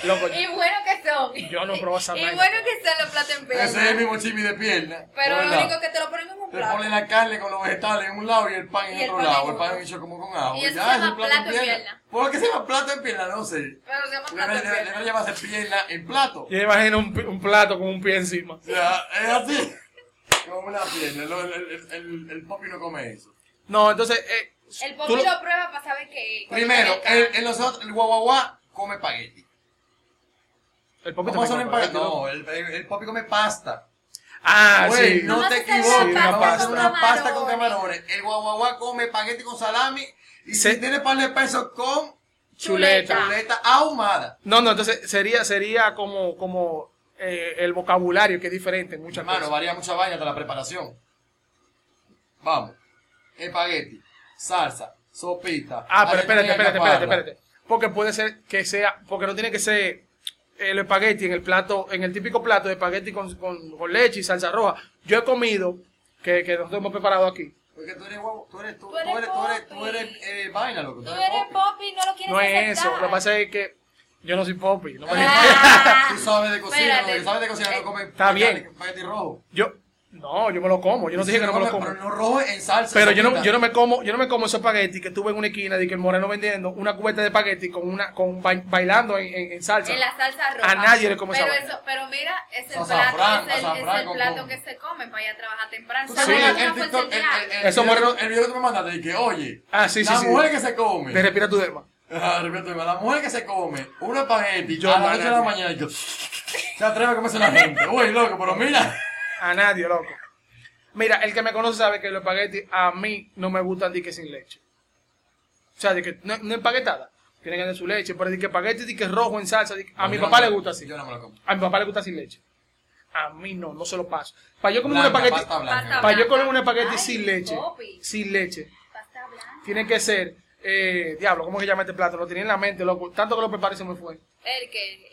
B: Loco,
A: Y bueno que son.
B: Yo no probo esa
A: Y
B: vaina.
A: bueno que son los platos en
C: Ese es el
A: pierna.
C: mismo chimi de pierna.
A: Pero
C: ¿verdad?
A: lo único que te lo ponen en un
C: Te ponen
A: plato.
C: la carne con los vegetales en un lado y el pan
A: Y
C: en
A: el
C: otro
A: pan en
C: lado. El
A: otro.
C: pan hecho como con ajo.
A: Y eso
C: Ya,
A: se
C: es
A: llama
C: un
A: plato en pierna.
C: ¿Por qué se llama plato en pierna? No sé.
A: Pero se llama plato en
C: Debería
A: pierna.
C: debería llamarse pierna en plato.
B: Yo imagino un, pi- un plato con un pie encima.
C: O sea, es así. Como una pierna. El, el, el, el- el popi no come eso.
B: No, entonces. eh,
A: El
B: tú
A: pollo
B: lo-
A: lo prueba para saber qué es.
C: Primero,
A: Cuando
C: el,
A: te
C: el, nosotros- el guaguaguá come espagueti.
B: el
C: ¿Cómo son
B: también come
C: espagueti?
B: espagueti,
C: No, el, el, el popi come pasta.
B: Ah,
C: Güey,
B: sí.
C: no
A: Vamos
C: te
A: a hacer
C: equivoques,
B: una
C: vamos a hacer
B: pasta.
C: una pasta con
A: camarones.
C: camarones. El guaguaguá come espagueti con salami y
B: Se-
C: si tiene par de pesos con
B: Chuleta.
C: chuleta ahumada.
B: No, no, entonces sería, sería como, como eh, el vocabulario que es diferente en muchas
C: Hermano,
B: cosas.
C: varía mucha vaina de la preparación. Vamos. Espagueti, salsa, sopita.
B: Ah, pero espérate,
C: arepina,
B: espérate, espérate,
C: caparra.
B: espérate. Porque puede ser que sea, porque no tiene que ser el espagueti en el plato, en el típico plato de espagueti con, con, con leche y salsa roja. Yo he comido, que, que nosotros hemos preparado aquí.
C: Porque tú eres guapo, tú eres, tú,
A: Tú
C: tú eres,
A: eres
C: tú eres, tú
A: popi.
C: eres, eh, vaina, loco.
A: Tú eres
C: popi.
A: popi, no lo quieres
B: No es eso,
A: aceptar.
B: lo que pasa es que yo no soy popi. no me-
A: Ah.
C: Tú sabes de cocina,
A: Espérate.
C: loco, sabes de cocina, no
A: Eh,
C: comes
B: está bien.
C: espagueti- espagueti rojo.
B: Yo, no, yo me lo como, yo no
C: Y si
B: dije que no me lo
C: comes,
B: como.
C: Pero no rojo en salsa.
B: Pero yo no,
C: sopita.
B: yo no me como, yo no me como esos espagueti que tuve en una esquina de que el moreno vendiendo una cubeta de espagueti con una, con ba- bailando en, en- en salsa.
A: En la salsa roja.
B: A nadie le come esa
A: pero
B: vaina.
A: eso, Pero mira, es el
C: Azafrán,
A: plato, es el, es el
C: azafrán con-
A: plato que se come para ir a trabajar temprano.
C: ¿Tú
A: Se
C: te
B: Sí.
A: come una
C: acuerdas el TikTok, el,
A: fuertecilla.
C: el, el,
B: Eso
C: video,
B: moreno-
C: el video que tú me mandaste? De que, oye,
B: Ah, sí, sí,
C: la
B: sí.
C: mujer que se come.
B: Te respira tu derma.
C: Ah, repito, la mujer que se come un espagueti
B: Yo,
C: a las 8 de la
B: banana.
C: mañana y yo, se atreve a comerse la gente. Uy, loco, pero mira.
B: A nadie, loco. Mira, el que me conoce sabe que los espaguetis a mí no me gustan de que sin leche. O sea, de que no, no empaquetada. Tiene que tener su leche, pero de que espagueti de que rojo en salsa, de que- a mi
C: Yo no
B: papá
C: me-
B: le gusta así.
C: Yo no me lo como.
B: A mi papá le gusta sin leche. A mí no, no se lo paso. Para yo comer un
C: Blanca,
B: espagueti,
C: pasta blanca.
B: para yo comer un espagueti
A: Ay,
B: sin leche,
A: Popi.
B: sin leche,
A: Pasta blanca.
B: tiene que ser, eh, diablo, ¿cómo se llama este plato? Lo tenía en la mente, loco. Tanto que lo preparé se me fue.
A: El que.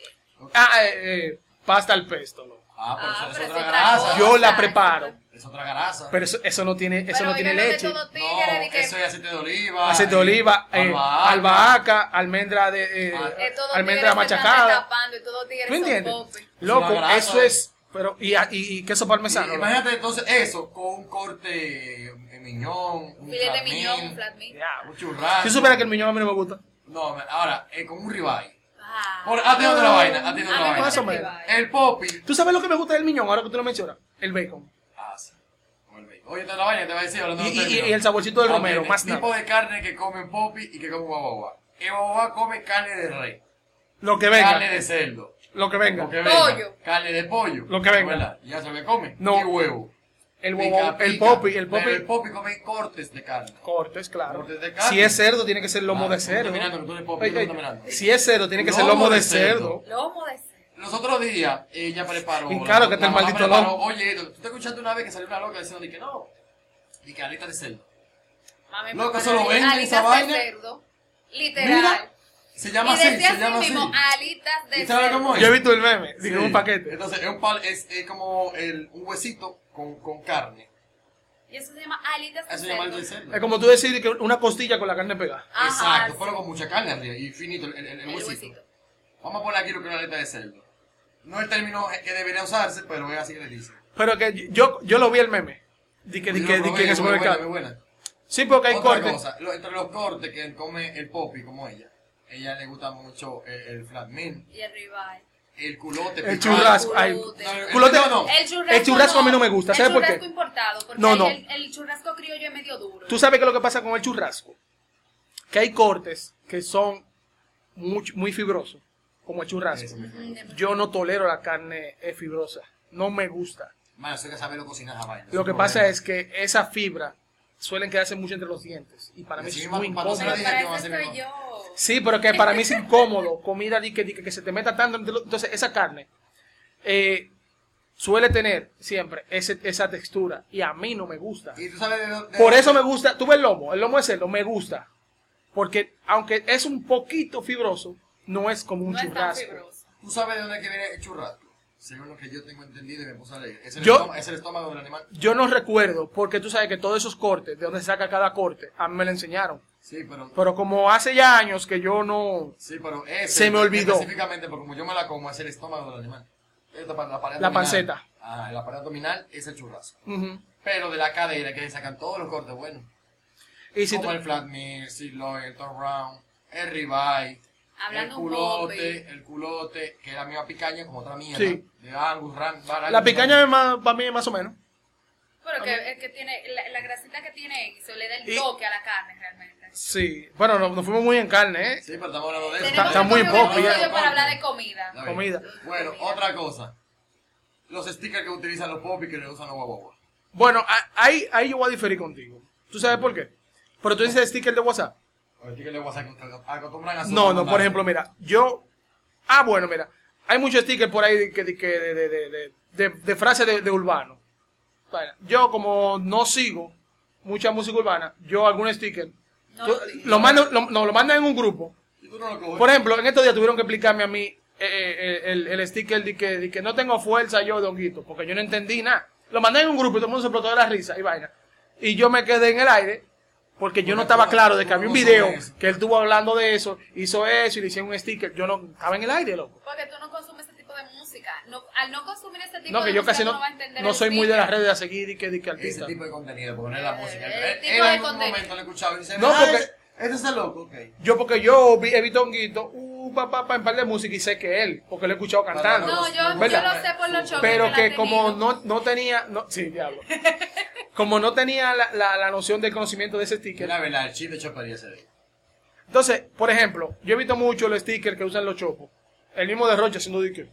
B: Ah, eh, eh, pasta al pesto, loco.
C: Ah, pero
A: Ah,
C: eso
A: pero
C: es
A: es
C: otra
A: otra
C: grasa.
A: cosa.
B: Yo la
A: Pasta,
B: preparo,
A: eso
C: Es otra grasa.
B: pero eso, eso no tiene, eso
A: Pero
B: no tiene
A: oigan lo de
B: leche.
A: todos los tigres, de
C: no,
A: que- eh,
C: eso es aceite de oliva.
B: Aceite de oliva, eh,
C: albahaca.
B: albahaca, almendra de, eh,
C: Ah,
A: eh, todos los
B: almendra
A: tigres se están
B: machacada.
A: destapando y todos los tigres
B: ¿Tú
A: son
B: entiendes?
A: popis.
B: Loco,
C: Es una grasa.
B: eso es, pero y, y- y queso parmesano.
C: Y
B: loco.
C: Imagínate entonces eso con un corte eh, miñón, un
A: Filete de
C: flat
A: miñón,
C: meat,
A: un flat meat.
B: Diablo.
C: un churrasco.
B: Si supieras que el miñón a mí no me gusta.
C: No, ahora, eh, con un ribeye.
A: Ah.
C: Por, ah, tiene otra vaina, ah, tiene
A: A
C: otra
A: mí me
C: vaina.
A: gusta el
B: Más o
A: ribeye.
C: El popi.
B: ¿Tú sabes lo que me gusta del miñón ahora que tú lo mencionas? El bacon.
C: Ah, sí. Con el bacon. Oye, esta es la vaina, te voy a decir hablando
B: Y,
C: de
B: y-
C: los
B: y-
C: términos.
B: y el saborcito del
C: Ah,
B: romero,
C: tiene
B: más
C: tipo
B: nada.
C: de carne que comen popi y que comen guaguaguá. El guaguaguá come carne de rey,
B: Lo que venga.
C: carne de cerdo,
B: Lo que venga.
C: lo que
A: Pollo.
C: venga, carne de pollo.
B: Lo que venga.
C: ¿Verdad? Ya se me come.
B: No.
C: Y huevo.
B: El
C: Pica,
B: huevo, el
C: pica.
B: popi, el
C: Pero el
B: popi.
C: popi come cortes de carne.
B: Cortes, claro.
C: Cortes de carne.
B: Si es cerdo, tiene que ser lomo
C: Ah,
B: de
C: tú me estás
B: cerdo.
C: mirando, que tú eres popi,
B: Ey,
C: tú me
B: ey,
C: estás mirando.
B: Si es cerdo, tiene que ser
C: Lomo
B: lomo
C: de
B: de cerdo.
A: Lomo de cerdo.
C: Los otros días ella preparó.
B: Y claro que está el
C: mamá
B: maldito
C: preparó,
B: loco.
C: Oye, tú te escuchaste una vez que salió una loca diciendo de que no. Y que alita de cerdo.
A: Mami,
C: Loco,
A: prepara
C: eso lo venden,
A: alitas
C: esa
A: de
C: vaina.
A: cerdo. Literal.
C: Mira, se llama
A: y
C: así,
A: decía
C: se llama
A: así
C: así.
A: mismo, alitas de
C: ¿Y sabe
A: cerdo.
C: cómo es?
B: Yo he visto el meme,
C: Sí.
B: digo un paquete.
C: Entonces, es, un pal- es, es como el, un huesito con, con carne.
A: Y eso se llama alitas de
C: Eso se llama
A: cerdo.
C: alita de cerdo.
B: Es como tú decir que una costilla con la carne pegada.
A: Ajá,
C: Exacto,
A: sí.
C: pero con mucha carne arriba y finito el, el- el
A: El
C: huesito.
A: huesito.
C: Vamos a poner aquí lo que es una aleta de cerdo. No es el término que debería usarse, pero es así que le dicen.
B: Pero que yo, yo lo vi el meme. Di que, di
C: Yo
B: que,
C: lo
B: di
C: probé,
B: que en el
C: es muy buena, muy
B: supermercado.
C: buena.
B: Sí, porque hay
C: Otra
B: cortes.
C: cosa, lo- entre los cortes que come el popi, como ella, ella le gusta mucho el, el flat mint,
A: Y el ribeye.
C: el culote
B: El
C: picante.
B: churrasco. ay,
A: culote.
C: No, el-
B: culote
C: no, no.
A: El churrasco,
B: El churrasco a mí no me gusta, ¿sabe por qué?
A: El churrasco importado, porque
B: No,
A: ahí
B: no.
A: El, el churrasco criollo es medio duro.
B: Tú sabes que lo que pasa con el churrasco, que hay cortes que son muy, muy fibrosos, como el churrasco.
C: Eso mismo.
B: Yo no tolero la carne eh, fibrosa, no me gusta.
C: Mano, eso hay que saberlo cocinar a vaina.
B: Lo que pasa es que esa fibra suelen quedarse mucho entre los dientes y para mí
C: Sí,
B: es
C: mano,
B: muy
C: para
B: incómodo.
C: no
A: Pero
C: dije
A: para
C: que iba a
A: eso
C: ser
A: estoy
C: mi
A: yo.
B: Sí, pero que para mí es incómodo, comida di que, di que, que se te meta tanto, entre los- entonces esa carne eh, suele tener siempre ese- esa textura y a mí no me gusta.
C: Y tú sabes de dónde-
B: Por eso me gusta, tú ves el lomo, el lomo de cerdo, me gusta. Porque aunque es un poquito fibroso, no es como un
A: No es tan
B: churrasco.
A: fibroso.
C: ¿Tú sabes de dónde es que viene el churrasco? Según lo que yo tengo entendido y me puse a leer. Es el,
B: Yo-
C: estómago, es el estómago del animal.
B: Yo no recuerdo, porque tú sabes que todos esos cortes, de donde se saca cada corte, a mí me lo enseñaron.
C: Sí, pero...
B: Pero como hace ya años que yo no...
C: sí, pero ese,
B: Se me olvidó.
C: Específicamente, porque como yo me la como, es el estómago del animal. Esta pa- la pared
B: La
C: abdominal.
B: panceta.
C: Ah, la pared abdominal es el churrasco.
B: Ujú.
C: Pero de la cadera que le sacan todos los cortes buenos.
B: Y si tú-
C: como el flat meal, sirloin, el top round, el ribeye, el
A: Hablando un
C: culote, el culote, que es la misma picaña como otra mierda.
B: Sí.
C: De Angus, ran, bar-
B: la picaña es más, para mí es más o menos.
A: Pero que, es que tiene, la, la grasita que tiene eso le da el
B: Y-
A: toque a la carne realmente.
B: Sí, bueno, no- nos, fuimos muy en carne, ¿eh?
C: Sí, pero estamos hablando de eso.
A: Tenemos
B: está
A: que
B: muy
A: poner
B: poco
A: un
B: ya.
A: episodio para hablar de comida.
C: Está bien.
B: Comida.
C: Bueno,
A: Comida.
C: otra cosa. los stickers que utilizan los pop y que le usan los guaguaguas.
B: Bueno, a- ahí, ahí yo voy a diferir contigo. ¿Tú sabes por qué? Pero tú dices sticker de WhatsApp.
C: Los stickers de WhatsApp que acostumbran a
B: No, no, por ejemplo, mira, yo. Ah, bueno, mira, hay muchos stickers por ahí de, que- de, que- de, de, de, de, de- de frases de, de urbano. Bueno, yo, como no sigo mucha música urbana, yo algún sticker.
A: No
B: yo-
A: lo digas.
B: lo mando, lo, no, lo mandan en un grupo.
C: Y tú no lo coges.
B: Por ejemplo, en estos días tuvieron que explicarme a mí eh, eh, el, el sticker de que, de que no tengo fuerza yo, Donguito, porque yo no entendí nada. Lo mandé en un grupo y todo el mundo se explotó de la risa y vaina. Y yo me quedé en el aire porque yo no estaba claro de que había un video que él estuvo hablando de eso, hizo eso y le hicieron un sticker. Yo no estaba en el aire, loco.
A: Porque tú no consumes ese tipo de música. No, al no consumir ese tipo
B: No,
A: de
B: que yo
A: música,
B: casi
A: tú
B: no,
A: vas a entender
B: no
A: el
B: soy muy de
A: sticker.
B: las redes a seguir y que, de que
C: Ese
B: artista.
C: tipo de contenido, porque no es la música.
A: Eh,
C: Él-
A: tipo
C: él en
A: de
C: algún
A: contenido.
C: momento lo escuchaba y dice,
B: No,
C: no,
B: porque-
C: Este está loco, ok.
B: Yo porque yo vi, he visto a Honguito, uh, papá, pa, en par de música y sé que él, porque lo he escuchado cantando.
A: No, yo, yo
B: ¿Verdad?
A: lo sé por los choques
B: pero
A: la
B: que,
A: he tenido.
B: como no, no tenía, no, sí, diablo. Como no tenía la, la- la noción del conocimiento de ese
C: Que
B: sticker.
C: la verdad, el chiste chopería se ve.
B: Entonces, por ejemplo, yo he visto mucho los stickers que usan los chopos. El mismo de Roche haciendo dique.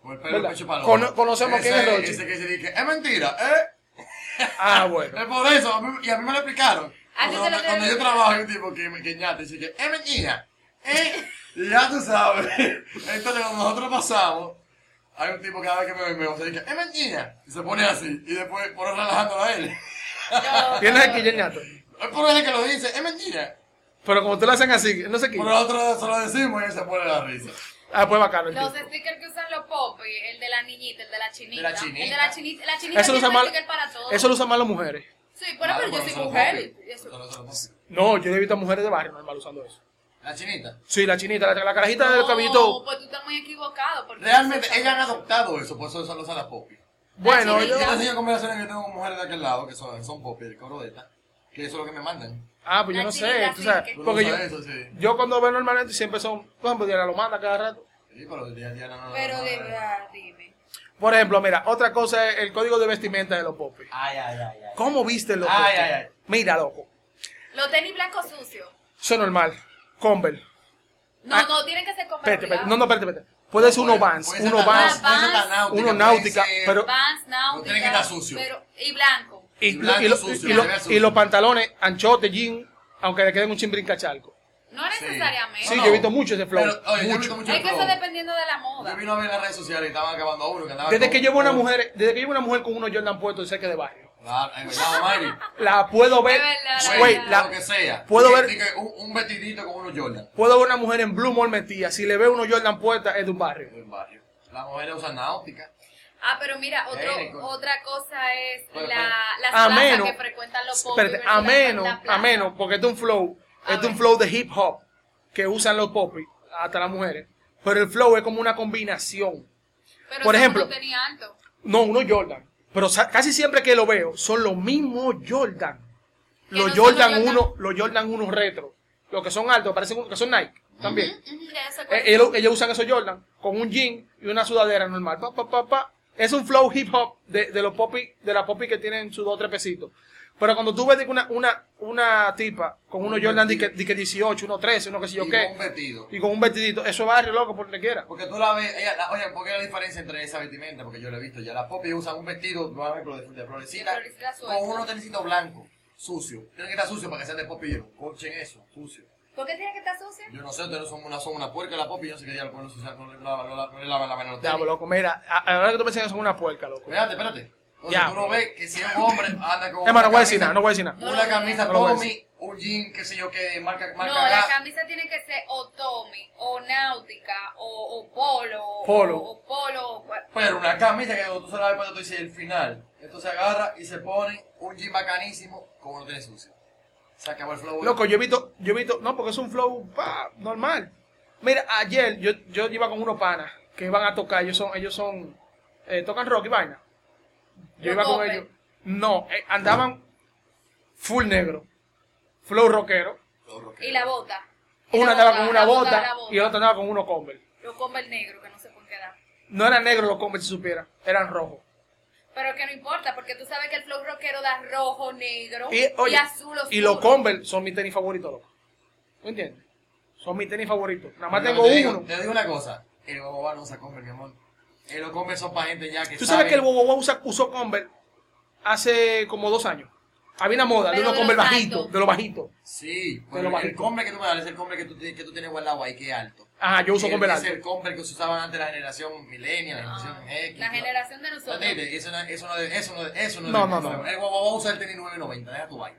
C: Con el pelo
B: ¿Verdad?
C: pecho palo.
B: Cono- conocemos
C: Ese-
B: quién es Rochi.
C: Ese que se dice, es mentira, ¿eh?
B: Ah, bueno.
C: Es por eso, a mí- y a mí me lo explicaron.
A: A ti te Ah, lo
C: Cuando, cuando yo
A: explicaron.
C: trabajo, hay un tipo que, que ñata y dice, que, es mentira, ¿eh? Y ya tú sabes. Entonces, cuando nosotros pasamos, hay un tipo que cada vez que me ve, me dice, es mentira. Y se pone así, y después pone relajándolo a él.
A: Yo-
B: Tienes aquí, Ñato.
C: Es por él que lo dice, "Eh, es mentira.
B: Pero como tú lo hacen así, no sé qué.
C: Pero nosotros se lo decimos y él se pone la risa.
B: Ah, pues bacano. el
A: Los
B: tipo.
A: stickers que usan los pop, el de la niñita, el de la chinita.
C: De la chinita.
A: El de la chinita. La chinita
B: Eso lo,
A: tiene
B: usan
A: un
B: mal-
A: sticker para todo.
B: eso lo usan mal las mujeres.
A: Sí, bueno,
C: Claro,
A: pero yo
C: no
A: soy
C: se lo
A: mujer.
C: copio.
A: y eso-
C: No se lo copio.
B: No, yo he visto a mujeres de barrio normal usando eso.
C: La chinita.
B: Sí, la chinita, la, la carajita del
A: No,
B: cabellito.
A: pues tú estás muy equivocado. Porque
C: Realmente, ellas han adoptado eso, por eso se lo usan las popis.
B: Bueno,
A: La
B: yo...
C: Yo te
A: chinita.
C: enseño conversaciones que tengo con mujeres de aquel lado, que son, son popis, del coro de esta, que eso es lo que me mandan.
B: Ah, pues yo
A: La
B: no sé.
A: chinita, sí,
B: Tú sabes,
A: que-
C: Tú no
B: porque yo,
C: sabes eso, sí.
B: yo cuando veo normalmente siempre son, por ejemplo, Diana lo manda cada rato.
C: Sí, pero de día a día no- no-
A: Pero
C: no-
A: de
C: no-
A: verdad, dime.
B: Por ejemplo, mira, otra cosa es el código de vestimenta de los popis.
C: Ay, ay, ay, ay.
B: ¿Cómo visten los
C: Ay,
B: popis?
C: ay, ay.
B: Mira, loco.
A: Los tenis blancos sucios.
B: Eso es normal. Converse.
A: No,
B: Ah,
A: no, tienen que ser con
B: Espérate, espérate.
A: barbeado.
B: No, no, espérate, espérate. Puede ser uno
C: Puede-
B: Vans,
C: puede ser
B: uno
C: tan-
A: Vans,
B: Vans.
C: puede ser tan náutica,
B: uno
C: puede
B: náutica,
C: ser-
B: pero-
A: Vans, náutica.
C: tienen que estar sucio.
A: Pero, y blanco.
B: Y,
C: Blanco,
B: y lo-
C: sucio,
B: y lo-
C: se vea sucio.
B: y los pantalones anchote, jean, aunque le queden un chimbrinca chalco.
A: No
C: Sí.
A: necesariamente.
B: Sí, yo he visto mucho ese flow,
C: Pero, oye, yo he
B: mucho.
C: visto mucho
A: Es que
C: flow.
A: eso dependiendo de la moda.
C: Yo vino a ver en las redes sociales y estaban acabando a uno que andaba
B: Desde
C: con-
B: que llevo una
C: con-
B: mujer, desde que llevo una mujer con unos Jordan puestos cerca de barrio,
C: Claro, es verdad, Omari.
B: la puedo ver,
A: Es verdad, la
C: Güey,
B: güey,
A: verdad.
B: la-
C: lo que sea.
B: puedo
C: Que-
B: ver-
C: que un, un vestidito con unos Jordan.
B: puedo ver una mujer en Blue Mall metida, si le veo unos Jordan puestas es de un barrio.
C: En el barrio. Las mujeres usan náutica.
A: Ah, pero mira, otro,
C: Eric.
A: otra cosa es
C: Bueno,
A: la,
C: bueno.
A: las
B: a
A: plazas
B: menos,
A: que frecuentan los popis.
B: espérate, a menos, a menos, porque es de un flow,
A: A
B: es de un
A: ver.
B: flow de hip hop que usan los popis, hasta las mujeres, pero el flow es como una combinación. Por ejemplo-
A: No tenía alto.
B: No, uno Jordan. Pero sa- casi siempre que lo veo, son los mismos Jordan.
A: Que
B: Los
A: no son los
B: Jordan
A: Jordan.
B: 1, los Jordan 1 retro. Los que son altos, parecen un- que son Nike también.
A: Ujú, ya sé cuál
B: Eh,
A: es.
B: ellos, ellos usan esos Jordan con un jean y una sudadera normal. Pa, pa, pa, pa. Es un flow hip hop de, de los popi, de la popi que tienen sus dos o tres pesitos. Pero cuando tú ves de que una, una, una tipa con unos
C: Un
B: Jordan de que,
C: vestido.
B: de que 18, uno 13, uno que sé yo
C: y con un
B: qué,
C: vestido.
B: y con un vestidito, eso es barrio loco por donde quiera.
C: Porque tú la ves, ella, la- oye, ¿por qué la diferencia entre esa vestimenta? Porque yo la he visto, ya las popis usan un vestido, por ejemplo, de, de florecita,
A: De florecita suelta.
C: con unos tenisitos blancos, sucio. Tienen que estar sucio para que sean de popillero. Corchen eso, sucio.
A: ¿Por qué tiene que estar sucia?
C: Yo no sé, ustedes son una, son una puerca, la popi, yo no sé qué diablos con los sucios, no le lavan no le lavan la mano a los
B: Diablo,
C: tenis.
B: loco, mira, a- a la verdad que tú me enseñas son una puerca, loco.
C: Espérate, espérate. Entonces
B: Ya.
C: tú no ves que si un hombre anda con
B: Hermano, no voy a
C: camisa-
B: decir nada, no voy a decir nada.
A: No lo
C: Una
A: voy a
C: camisa
B: decir. No lo voy a
C: Tommy, un jean, qué sé yo, que marca,
A: No,
C: marca
A: la
C: Gap.
A: camisa tiene que ser o Tommy, o Náutica, o, o Polo.
B: Polo.
A: O, o Polo. o cual-
C: Pero una camisa que tú se la ves cuando tú dices el final. Entonces agarra y se pone un jean bacanísimo como no tiene sucio. Se acabó el flow.
B: Loco, yo he visto, yo he visto, no, porque es un flow pa, normal. Mira, ayer yo, yo iba con unos panas que iban a tocar, ellos son, ellos son, eh, tocan rock y vaina. Yo
A: Los
B: iba con
A: Gospel.
B: ellos. No, eh, andaban full negro, flow rockero.
A: Y la bota. Y
B: Uno
A: la
B: andaba
A: bota,
B: con una
A: la bota,
B: bota
A: la bota.
B: y el otro andaba con unos Converse.
A: Los Converse negros, que no se pueden quedar.
B: No eran negros los Converse si supiera, eran rojos.
A: Pero que no importa, porque tú sabes que el flow rockero da rojo, negro
B: Y, oye,
A: azul
B: y los
A: oscuro.
B: Converse son mis tenis favoritos, loco. ¿Me entiendes? Son mis tenis favoritos. Nada más
C: Yo
B: tengo
C: te digo-
B: uno.
C: Te digo una cosa. El boba no usa Converse, mi amor. Eh, los Converse son para gente ya que
B: Tú sabes
C: sabe-
B: que el Bobo Bobo usa- usó Converse hace como dos años. Había una moda
A: Pero
B: de unos
A: de
B: Converse
A: los
B: bajitos,
A: altos.
B: de los bajitos.
C: Sí,
B: lo
C: pero el
B: bajito.
C: Converse que tú me das es el Converse que tú, tienes- que tú tienes guardado ahí, que es alto.
B: Ajá, yo uso
C: Es-
B: Converse
C: Es el
B: altos.
C: Converse que se usaban antes la generación Millennial, la generación X.
A: La
C: todo.
A: generación de nosotros.
C: Entendiste, Eso no, eso no, debe- eso no, debe- eso no,
B: No,
C: debe-
B: no, no.
C: El guapo va a usar el tenis 990, deja tu vaina.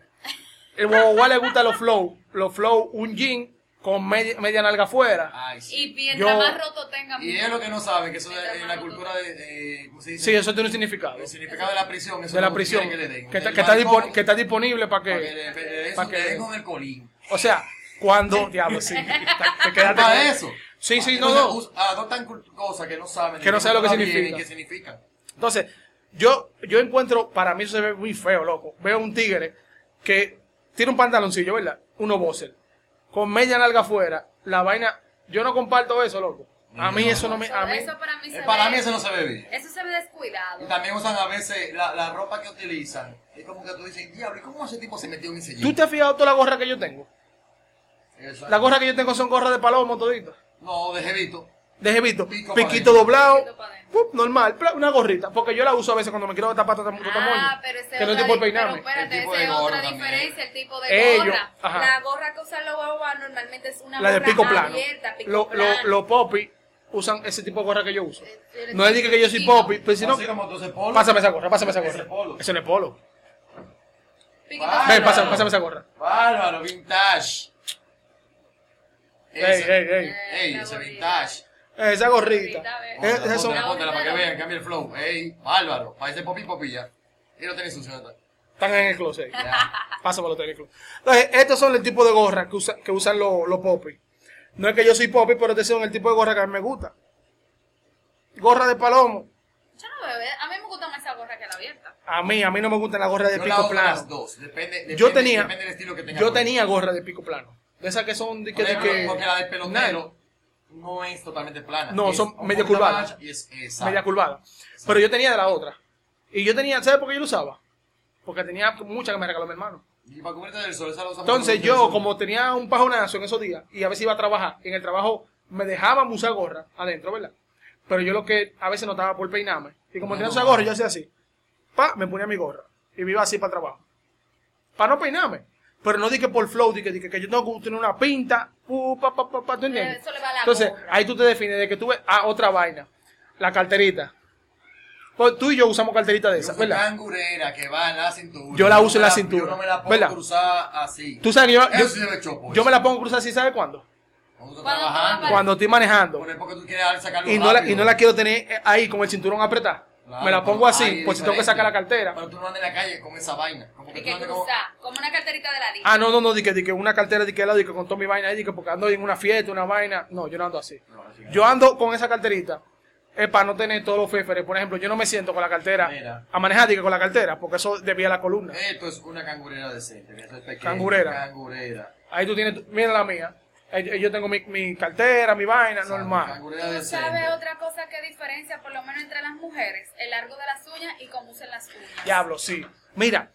B: El Bobo Bobo le gusta los flow, los flow, un jean con media, media nalga afuera.
C: Ay, sí.
A: Y mientras
B: Yo-
A: más roto tenga,
C: Y
A: mejor.
C: es lo que no sabe, que eso es
A: Mientras
C: de- de
A: más
C: la
A: lo
C: cultura de, eh, ¿cómo se dice?
B: Sí, eso tiene un significado.
C: El significado de la prisión, eso
B: De la
C: no
B: prisión.
C: quieren Que, le den.
B: Que está,
C: El
B: que está
C: maricón,
B: dispon- que está disponible para
C: Para que
B: que...
C: le, le- le- le-
B: para que
C: le
B: le-
C: den con el colín.
B: O sea, cuando... Diablo, sí. Te quedaste
C: Para
B: con-
C: eso. Ah,
B: Sí, sí, no,
C: Entonces,
B: no.
C: us- Adoptan cult- cosas que no saben.
B: Que no saben lo que
C: saben bien
B: significa.
C: y qué significa.
B: Entonces, yo, yo encuentro, para mí eso se ve muy feo, loco. Veo un tigre que tiene un pantaloncillo, ¿verdad? Uno boxer. Con media nalga afuera. La vaina. Yo no comparto eso, loco. A mí
C: No.
B: eso no me. A mí,
A: Eso para mí se
C: Eh, Para
A: ve-
C: mí eso no se ve bien.
A: Eso se ve descuidado.
C: Y también usan a veces la, la ropa que utilizan. Es como que tú dices, diablo, ¿y cómo ese tipo se metió en ese
B: ¿Tú
C: jean?
B: te has fijado toda la gorra que yo tengo?
C: Eso.
B: Las gorras que yo tengo son gorras de palomo toditas.
C: No, de jevito.
B: De jevito.
C: Pico
B: Piquito
C: pa'
B: doblado.
A: Piquito pa' dentro.
B: ¡pup! normal. pla, Una gorrita. Porque yo la uso a veces cuando me quiero tapar todo mucho
A: Ah,
B: tamaño.
A: pero ese
B: Que no
A: otra
B: estoy por
A: di-
B: peinarme.
A: Pero espérate,
C: El tipo
A: esa
C: de
A: es
C: gorra
A: otra
C: también.
A: diferencia, el tipo de
B: Ellos,
A: gorra.
B: ajá.
A: La gorra que usan los guaguas normalmente es una
B: La de
A: gorra
B: pico plano.
A: abierta, pico
B: Los lo,
A: plano.
B: los popis usan ese tipo de gorra que yo uso.
A: Eh, pero
B: No es de que yo soy
A: chiquito.
B: popi, pero si no.
C: Así como tú se polo.
B: Pásame esa gorra, pásame esa
C: Ese
B: gorra.
C: polo.
B: Ese no es polo.
A: Piquito
C: Ah,
B: Ven,
A: plano.
B: pásame, pásame esa gorra.
C: Bárbaro, vintage.
B: Ey,
C: Ese-
B: ey, ey.
C: Ey,
A: Eh, La
C: ese
A: gorrita.
C: vintage.
B: Esa gorrita.
A: Gorrita, Eh, a ver.
B: Eh, esas son-
C: Póntela,
A: La
C: póntela para que
A: gorrita.
C: vean, cambia el flow. Ey, bárbaro. Parece popi popilla. Y no tenés sucio. ¿no?
B: Están en el closet.
C: Ya.
B: Pásame los tenis club. Entonces, estos son el tipo de gorra que, usa- que usan los, los popis. No es que yo soy popi, pero estos son el tipo de gorra que a mí me gusta. Gorra de palomo.
A: Yo no veo, eh, a mí me gusta más esa gorra que la abierta.
B: A mí, a mí no me gustan las gorras de
C: Yo la
B: pico
C: uso las
B: plano.
C: dos. Depende, depende,
B: Yo tenía,
C: depende del estilo que tenga.
B: yo
C: puesto.
B: tenía gorra de pico plano. De esas que son de que...
C: Por
B: de
C: ejemplo,
B: que-
C: Porque la del
B: Nah.
C: pelotero no es totalmente plana.
B: No,
C: es
B: son
C: un
B: medio
C: poquito
B: curvadas.
C: más ancha Y es exacto.
B: media curvada. Pero yo tenía de la otra. Y yo tenía, ¿sabes por qué yo lo usaba? Porque tenía muchas que me regaló mi hermano.
C: Y para cubrirte del sol, esa la usamos
B: Entonces
C: mucho en el
B: yo,
C: sol.
B: como tenía un pajonazo en esos días, y a veces iba a trabajar, y en el trabajo me dejaban usar gorra adentro, ¿verdad? Pero yo lo que a veces no estaba por peinarme. Y como
C: Ah,
B: tenía
C: no.
B: esa gorra, yo hacía así. Pa, me ponía mi gorra. Y me iba así para el trabajo. Para no peinarme. Pero no dije por flow, dije, dije que yo tengo que tener una pinta. Uh, pa, pa, pa, pa, ¿tú entiendes?
A: Eso le va a la
B: Entonces,
A: gorra.
B: ahí tú te defines de que tú ves ah, otra vaina. La carterita. Pues tú y yo usamos carterita de
C: Yo
B: esas,
C: soy
B: ¿verdad?
C: cangurera que va en la cintura.
B: Yo la uso
C: me
B: en la cintura,
C: Yo no me la pongo
B: ¿verdad?
C: cruzada así.
B: Tú sabes que yo,
C: Eso sí
B: yo,
C: debe chopo.
B: yo me la pongo cruzada así, ¿sabes cuándo?
C: Cuando tú
A: Cuando
C: estás
A: tú vas
C: bajando.
A: para-
B: Cuando estoy manejando.
C: Por ejemplo, que tú quieres sacarlo
B: y no, la,
C: rápido.
B: y no la quiero tener eh, ahí con el cinturón apretado.
C: Claro,
B: me la
C: pero
B: pongo así,
C: ahí es
B: por si tengo que
C: diferente.
B: sacar la cartera.
C: Pero tú no andas en la calle con esa vaina. Como que
A: Y
C: tú
A: que
C: andas como...
A: cruzar, como una carterita de la línea.
B: Ah, no, no, no, di que, di que una cartera de que lado, di que con toda mi vaina ahí, di que porque ando en una fiesta, una vaina. No, yo no ando así.
C: No, así no.
B: Yo ando con esa carterita es para no tener todos los feferes. Por ejemplo, yo no me siento con la cartera
C: Mira.
B: a manejar, di que con la cartera, porque eso debía la columna.
C: "Eh, Esto es una cangurera decente. Esto es pequeño.
B: Cangurera.
C: Cangurera.
B: Ahí tú tienes, tu- mira la mía. Ahí- ahí Yo tengo mi, mi cartera, mi vaina,
C: Sabe,
B: normal.
C: Cangurera
A: ¿Tú
C: decente.
A: sabes otra cosa que diferencia, por lo menos entre las mujeres? El largo de las uñas y cómo usan las uñas.
B: Diablo, sí. Mira,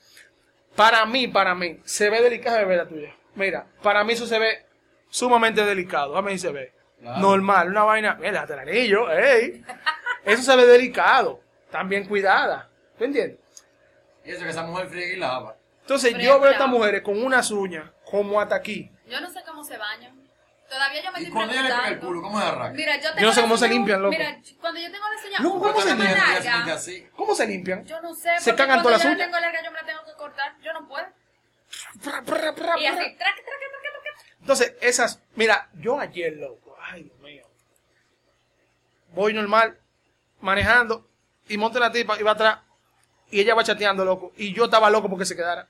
B: para mí, para mí, se ve delicada ver la tuya. Mira, para mí eso se ve sumamente delicado. A mí se ve.
C: Claro.
B: Normal, una vaina. Mira, déjate el anillo, ey. Eso se ve delicado. También cuidada. ¿Me entiendes?
C: Y eso que esa mujer friega y lava.
B: Entonces,
A: Pero
B: yo veo a estas
A: claro.
B: mujeres con unas uñas como hasta aquí.
A: Yo no sé cómo se bañan. Todavía yo me
C: Y
A: estoy
C: cuando ella le pega el
A: preguntando.
C: culo, ¿cómo se arranca?
A: Mira, yo tengo
B: no sé
A: las
B: cómo se
A: uñas-
B: limpian, loco.
A: Mira, cuando yo tengo las uñas
B: Loco,
A: un
B: ¿cómo
A: poco
B: se
A: más
B: limpian?
A: largas,
C: Ella se mete así.
B: ¿Cómo se limpian?
A: Yo no sé,
B: Se
A: porque
B: cagan
A: cuando
B: todas
A: yo
B: las
A: la
B: uñas.
A: tengo larga, yo me la tengo que cortar. Yo no puedo.
B: Pra, pra, pra,
A: Y
B: pra.
A: así, traque, traque, traque, traque.
B: Entonces, esas, mira, yo ayer, loco, ay Dios mío, voy normal, manejando, y monta la tipa y va atrás, y ella va chateando, loco, y yo estaba loco porque se quedara.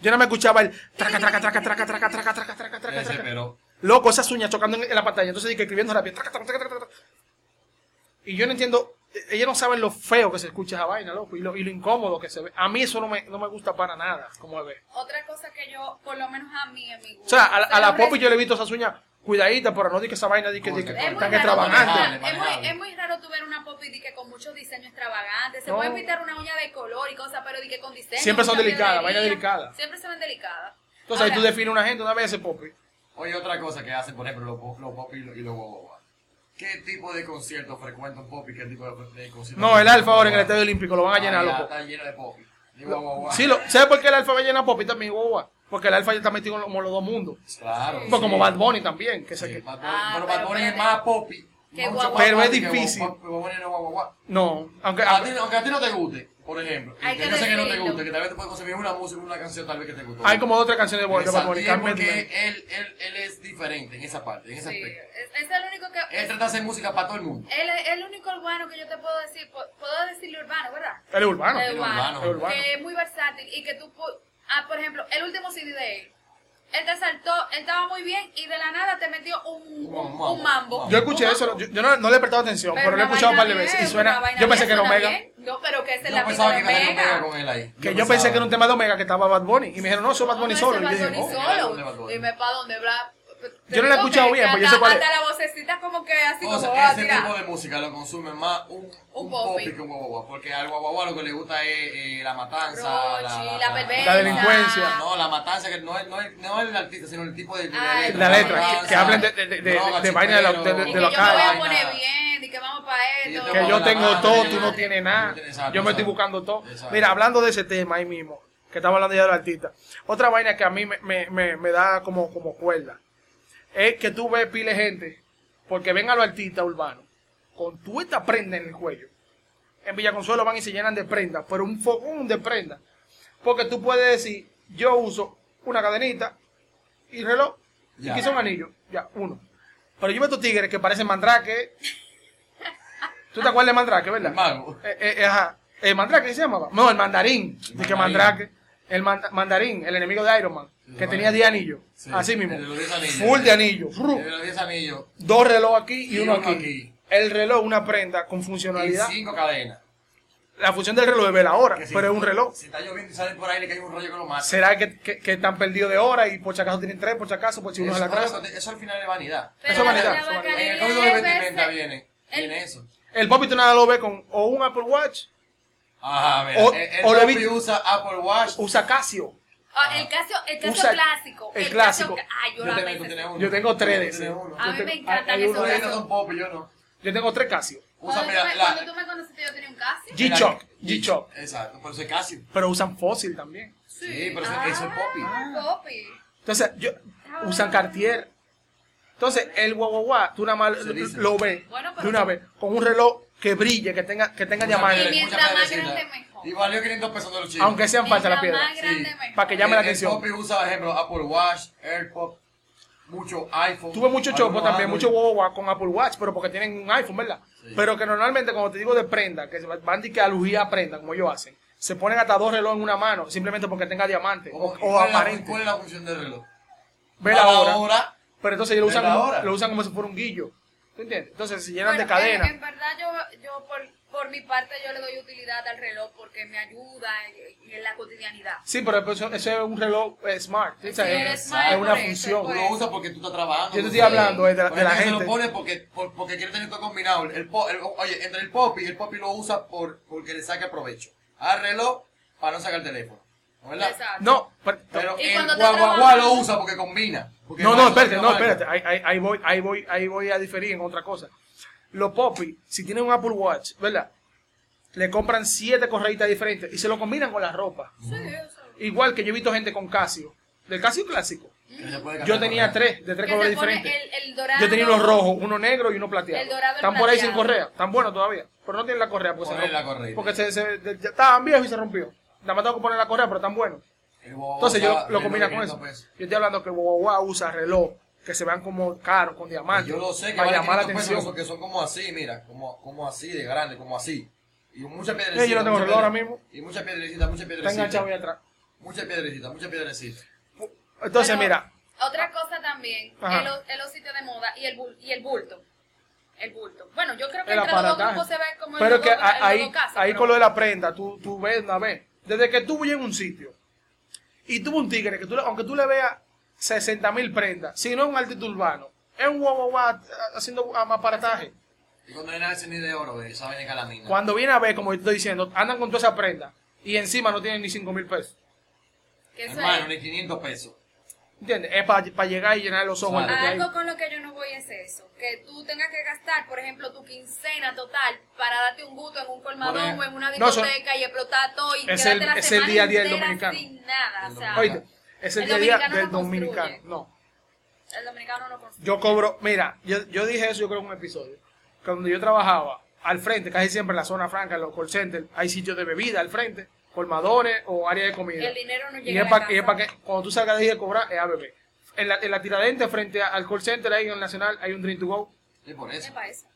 B: Yo no me escuchaba el traca, traca, traca, traca, traca, traca, traca, traca, traca,
C: Ese,
B: traca.
C: pero...
B: Loco, esas uñas chocando en, en la pantalla, entonces dije escribiendo rápido, traca, traca, traca, traca, traca. Y yo no entiendo, eh, ellos no saben lo feo que se escucha esa vaina, loco, y lo, y lo incómodo que se ve. A mí eso no me, no me gusta para nada, como se ve.
A: Otra cosa que yo, por lo menos a mí, en mi gusto.
B: O sea, a, la- a
A: soy
B: la
A: un res-
B: Poppy yo le he visto esas uñas cuidaditas, pero no di que esa vaina di que, di que
C: Es muy
A: Es muy,
B: están que
A: raro,
B: trabajando.
C: manejable,
A: tú ver una- es, muy,
C: manejable.
A: es muy raro tú ver una pop y di que con muchos diseños extravagantes. Se
B: No.
A: puede pintar una uña de color y cosas, pero di que con diseño.
B: Siempre son
A: mucha
B: delicadas,
A: piedrería.
B: vaina delicada.
A: Siempre se ven delicadas.
B: Entonces ahí tú
A: Ahora,
B: defines una gente una vez ese Poppy.
C: Oye, otra cosa que hacen, por ejemplo, los, po- los popis y los, y los guaguaguas. ¿Qué tipo de conciertos frecuenta un pop y qué tipo de, de conciertos?
B: No, el Alfa ahora en el Estadio Olímpico lo van a
C: Ah,
B: llenar,
C: ya,
B: loco.
C: Está lleno de pop. Y guau, guau, guau.
B: Sí, lo, ¿Sabes por qué el Alfa va a llenar Popi también, guagua? Porque el Alfa ya está metido en lo- como los dos mundos.
C: Claro.
B: Pues como Bad Bunny también. Que se-
C: Sí,
B: que-
C: Bad Bunny-
A: Ah,
C: pero Bad
A: pero
C: Bunny es
A: espérate.
C: más popi.
A: Qué
C: mucho
A: guapo.
C: más
B: Pero es
C: popi que guau,
B: difícil.
C: guau, Bad Bunny no es guau, guau, guau.
B: No, aunque...
C: A ti- Aunque a ti no te guste, por ejemplo.
A: Hay
C: que
A: que
C: yo sé que no te
A: decirlo.
C: guste, que tal vez te puede conseguir una música, una canción tal vez que te gustó.
B: Hay como dos o tres canciones de de Bad Bunny.
C: Santiago,
B: Carmen
C: porque
B: Duran.
C: él, él, él es diferente en esa parte, en ese
A: Sí,
C: aspecto.
A: es, es el único que...
C: Él trata de hacer música para todo el mundo.
A: Él es el único urbano que yo te puedo decir, po- puedo decirle urbano, ¿verdad?
B: El urbano.
A: El
C: urbano.
A: urbano,
B: El urbano.
A: Que es muy versátil y que tú, pu- ah, por ejemplo, el último CD de él, él te saltó, él estaba muy bien y de la nada te metió un, un,
C: Un mambo.
A: un mambo.
B: Yo escuché
A: Un
B: eso,
A: mambo.
B: yo, yo no, no le he prestado atención, pero, lo he
A: una
B: escuchado un par de
A: vaina
B: veces y
A: bien, una
B: suena...
A: vaina
B: Yo pensé
A: bien,
B: que era
A: suena
B: Omega.
A: bien. No, pero que esa es
C: Yo
A: la
C: pensaba
A: pista
C: que
A: de
C: iba a tener un pega
A: Omega.
C: con él ahí.
B: Que yo pensé que era un tema de Omega que estaba Bad Bunny. Y me dijeron, no, eso es Bad Bunny solo. Y
A: No,
B: yo
A: ese
B: dije,
A: Bad Bunny
B: oh.
C: oh, era donde Bad
A: solo.
C: Bunny.
A: Dime para dónde bla. te
B: Yo no la he
A: digo
B: escuchado
A: que-
B: bien,
A: que
B: pues yo
A: hasta-
B: sé cuál es.
A: Hasta la vocecita como que así
C: O
A: como
C: sea,
A: va a
C: ese
A: tirar.
C: tipo de música lo consume más un, un
A: Un
C: popi
A: popi.
C: que un guau, guau, guau, Porque al guau, guau, guau lo que le gusta es eh, la matanza,
A: Rochi, la perversa.
B: La delincuencia.
C: No, la matanza, que no es, no, es, no es el artista, sino el tipo de, de
A: Ay,
B: La letra,
C: matanza,
B: que hablen de- de- de- de-
C: droga,
B: de vaina de la-
C: chipero,
B: de-
A: Y
B: de
A: que
B: la
A: yo me voy a
B: calle.
A: poner bien, y que vamos para
C: Y yo
A: esto.
C: te
B: que
C: Como
B: yo
C: la
B: tengo
C: madre,
B: todo,
C: la
B: tú no
C: madre.
B: tienes
C: No
B: nada.
C: tienes nada,
B: Yo me estoy
C: exacto.
B: buscando todo.
C: Exacto.
B: Mira, hablando de ese tema ahí mismo, que estaba hablando ya del artista. Otra vaina que a mí me, me- me- me da como, como cuerda es que tú ves pile gente, porque ven a los artistas urbanos, con tu esta prenda en el cuello. En Villa Consuelo van y se llenan de prendas, pero un fogón de prendas. Porque tú puedes decir, yo uso una cadenita y reloj,
C: Ya.
B: y quizá un anillo, ya, uno. Pero yo veo estos tigres que parecen mandrake, ¿Tú te acuerdas de Mandrake, verdad?
C: El mago.
B: Eh, eh, eh, ajá. ¿El Mandrake ¿qué se llamaba? No, el Mandarín.
C: El
B: Dije
C: Mandarín.
B: Mandrake. El man- Mandarín, el enemigo de Iron Man.
C: Sí,
B: Que
C: vale.
B: tenía 10 anillos.
C: Sí,
B: Así mismo.
C: el de los 10 anillos.
B: Full de anillos. Fru.
C: De los 10 anillos.
B: Dos relojes aquí y uno aquí.
C: aquí.
B: El reloj, una prenda con
C: Y
B: funcionalidad.
C: cinco cadenas.
B: La función del reloj es ver la hora,
C: Que si-
B: pero es un reloj.
C: Si está lloviendo y sale por ahí, le cae un rollo que lo mata.
B: ¿Será que, que, que están perdidos de hora y por si acaso tienen tres, por si acaso, por si uno
C: eso,
B: es la
C: eso-
B: atrás?
C: eso al final es vanidad.
A: Pero
B: Eso es vanidad,
A: la
B: eso es vanidad.
C: En
A: bacanería
C: el código de
A: es
C: vestimenta
A: ese-
C: viene,
A: el-
C: viene eso.
B: El Poppy tú nada lo ve con o un Apple Watch,
C: Ajá, mira.
B: O-
C: el el
B: o lo
C: Poppy
B: vi-
C: usa Apple Watch.
B: usa Casio.
A: Ah, el Casio, el Casio
B: Usa-
A: clásico.
B: el clásico.
A: Casio- Ay, yo
C: Yo
A: la Ah,
C: tengo-
A: pensé.
C: tú tienes uno.
B: Yo tengo tres de
C: Tú tienes
B: ese.
C: uno.
A: A mí
B: Yo
A: me
B: tengo-
A: encantan
B: hay- hay uno
A: esos
B: de
C: Ustedes
B: esos.
C: no son pop, yo no.
B: Yo tengo tres Casio.
C: Usa,
A: Cuando, tú
C: mira,
A: me-
C: la-
A: cuando tú me conociste, yo tenía un Casio.
B: G-Shock, G-Shock.
C: Exacto, pero eso es casi.
B: pero usan fósil también.
C: Sí, pero eso- eso es popi.
A: Ah, popi.
B: Entonces, yo, usan Cartier. Entonces, el guaguaguá, tú nada más
C: Se dice.
B: lo ves
A: Bueno, pero-
B: de una vez, con un reloj que brille, que tenga, que tenga
A: Y
B: diamantes,
A: mientras más grande, mejor.
C: Y valió 500 pesos de los chicos.
B: aunque sean falsas las
A: Mientras
B: piedras.
A: más grande,
C: Sí.
A: mejor.
B: Pa' que llame la
C: El- el
B: atención.
C: Poppy usa, por ejemplo, Apple Watch, AirPod, mucho iPhone.
B: Tuve mucho chopo
C: algunos
B: también,
C: Android.
B: mucho guaguaguá con Apple Watch, pero porque tienen un iPhone, ¿verdad?
C: Sí.
B: Pero que normalmente, cuando te digo de prenda, que se van de que alugía a prenda, como ellos hacen, se ponen hasta dos relojes en una mano, simplemente porque tenga diamantes o,
C: ¿Cómo-
B: o
C: cuál es la-
B: aparente.
C: ¿Cuál es la función del reloj?
B: Ve
C: A
B: la hora.
C: hora.
B: Pero entonces ellos lo
C: Ve la
B: usan, como,
C: hora.
B: lo usan como si fuera un guillo. ¿Tú entiendes? Entonces se llenan de
A: Bueno,
B: cadena.
A: En, en verdad, yo, yo por, por mi parte, yo le doy utilidad al reloj porque me ayuda en, en la cotidianidad.
B: Sí, pero pues, eso, eso es un reloj eh, smart. ¿sí? O sea,
A: Sí,
B: es,
A: es smart,
B: es una
A: por eso,
B: función.
A: por
C: Tú
A: eso.
C: lo usas porque tú estás trabajando.
B: Yo te
C: tú
B: estoy
C: sabes.
B: hablando es de la-
C: Por
B: de la
C: ejemplo, se
B: gente.
C: lo pone porque, por- porque quiere tener todo combinado. El, po- el- oye, entre el pop y el pop y lo usa por, porque le saca provecho. Al reloj para no sacar el teléfono. ¿No ¿Verdad?
A: Exacto.
B: No, pero,
C: Pero
A: Y
C: el
A: cuando te
C: guaguaguá
A: trabajas-
C: lo usa porque combina. Porque
B: no,
C: va-
B: no, espérate,
C: va-
B: no, espérate. Ahí, ahí- ahí voy, ahí, voy, ahí voy a diferir en otra cosa. Los popis, si tienen un Apple Watch, ¿verdad? Le compran siete correitas diferentes y se lo combinan con la ropa.
A: Sí, eso.
B: Igual que yo he visto gente con Casio. Del Casio clásico.
C: Que se puede
B: Yo
C: cambiar
B: tenía
C: correa.
B: tres, de tres
A: Que
B: colores
A: se pone
B: diferentes.
A: el, el dorado.
B: Yo tenía unos rojos, uno negro y uno plateado.
A: El dorado, el
B: Están por ahí sin
A: plateado.
B: correa. Están buenos todavía. Pero no tienen la correa porque
C: Ponen
B: se
C: la
B: rompe.
C: correa.
B: Porque se, se- de- ya estaban viejos y se rompió. Nada más tengo que poner la correa, pero están buenos.
C: El guaguaguá
B: Entonces yo
C: usa
B: lo combina con
C: reloj de
B: eso.
C: 500 pesos.
B: Yo estoy hablando que el guagua usa reloj que se vean como caros, con diamantes.
C: Pues Yo lo sé que
B: para
C: vale
B: llamar la
C: 500 pesos,
B: atención.
C: que son como así, mira, como, como así de grande, como así. Y muchas piedrecitas.
B: Sí, yo no tengo
C: muchas
B: reloj ahora
C: piedre-
B: mismo.
C: Y muchas piedrecitas, muchas
B: Está
C: piedrecitas.
B: enganchado ahí atrás.
C: Muchas piedrecitas, muchas piedrecitas.
B: Entonces,
A: Pero,
B: mira,
A: Otra cosa también
B: Ajá.
A: es los, es los sitios de moda y el, bul- y el bulto. El bulto. Bueno, yo creo que
B: el
A: entre los dos
B: aparataje.
A: grupos se ve como el
B: Pero es que
A: logo- el logo
B: ahí,
A: casa,
B: ahí
A: pero-
B: con lo de la prenda, tú, tú ves una vez. Desde que tú vienes en un sitio y tuvo un tigre, que tú, le- aunque tú le veas 60 mil prendas, si no es un artista urbano, es un guagua haciendo aparataje.
C: Y cuando viene a veces ni de oro, eh, esa vaina es calamina.
B: Cuando viene a ver, como yo te estoy diciendo, andan con toda esa prenda y encima no tienen ni 5 mil pesos.
A: que eso es-
C: Hermano, ni 500 pesos.
B: ¿Entiendes? Es para llegar y llenar los ojos.
C: Claro.
B: antes de ahí.
A: Algo con lo que yo no voy es eso, que tú tengas que gastar, por ejemplo, tu quincena total para darte un gusto en un colmadón
C: Bueno,
A: o en una
B: no, eso-
A: discoteca y explotar todo y
B: Es
A: quedarte
B: el-
A: la
B: es el
A: semana
B: día a día del
A: entera
B: dominicano.
A: sin nada, o sea,
B: Oíste, es el,
A: El
B: día a día
A: dominicano
B: del
A: no construye.
B: dominicano. No.
A: el dominicano no construye.
B: Yo cobro, mira, yo, yo dije eso, yo creo en un episodio. Cuando yo trabajaba al frente, casi siempre en la zona franca, en los call centers, hay sitios de bebida al frente, colmadones o área de comida.
A: El dinero no
B: Y
A: llega
B: es
A: a la
B: para
A: casa.
B: que cuando tú salgas de ahí de cobrar, es a beber. En la, en la tiradente frente a- al call center, ahí en el Nacional, hay un drink to go.
C: Es por
A: ¿Qué
C: eso.
A: pasa?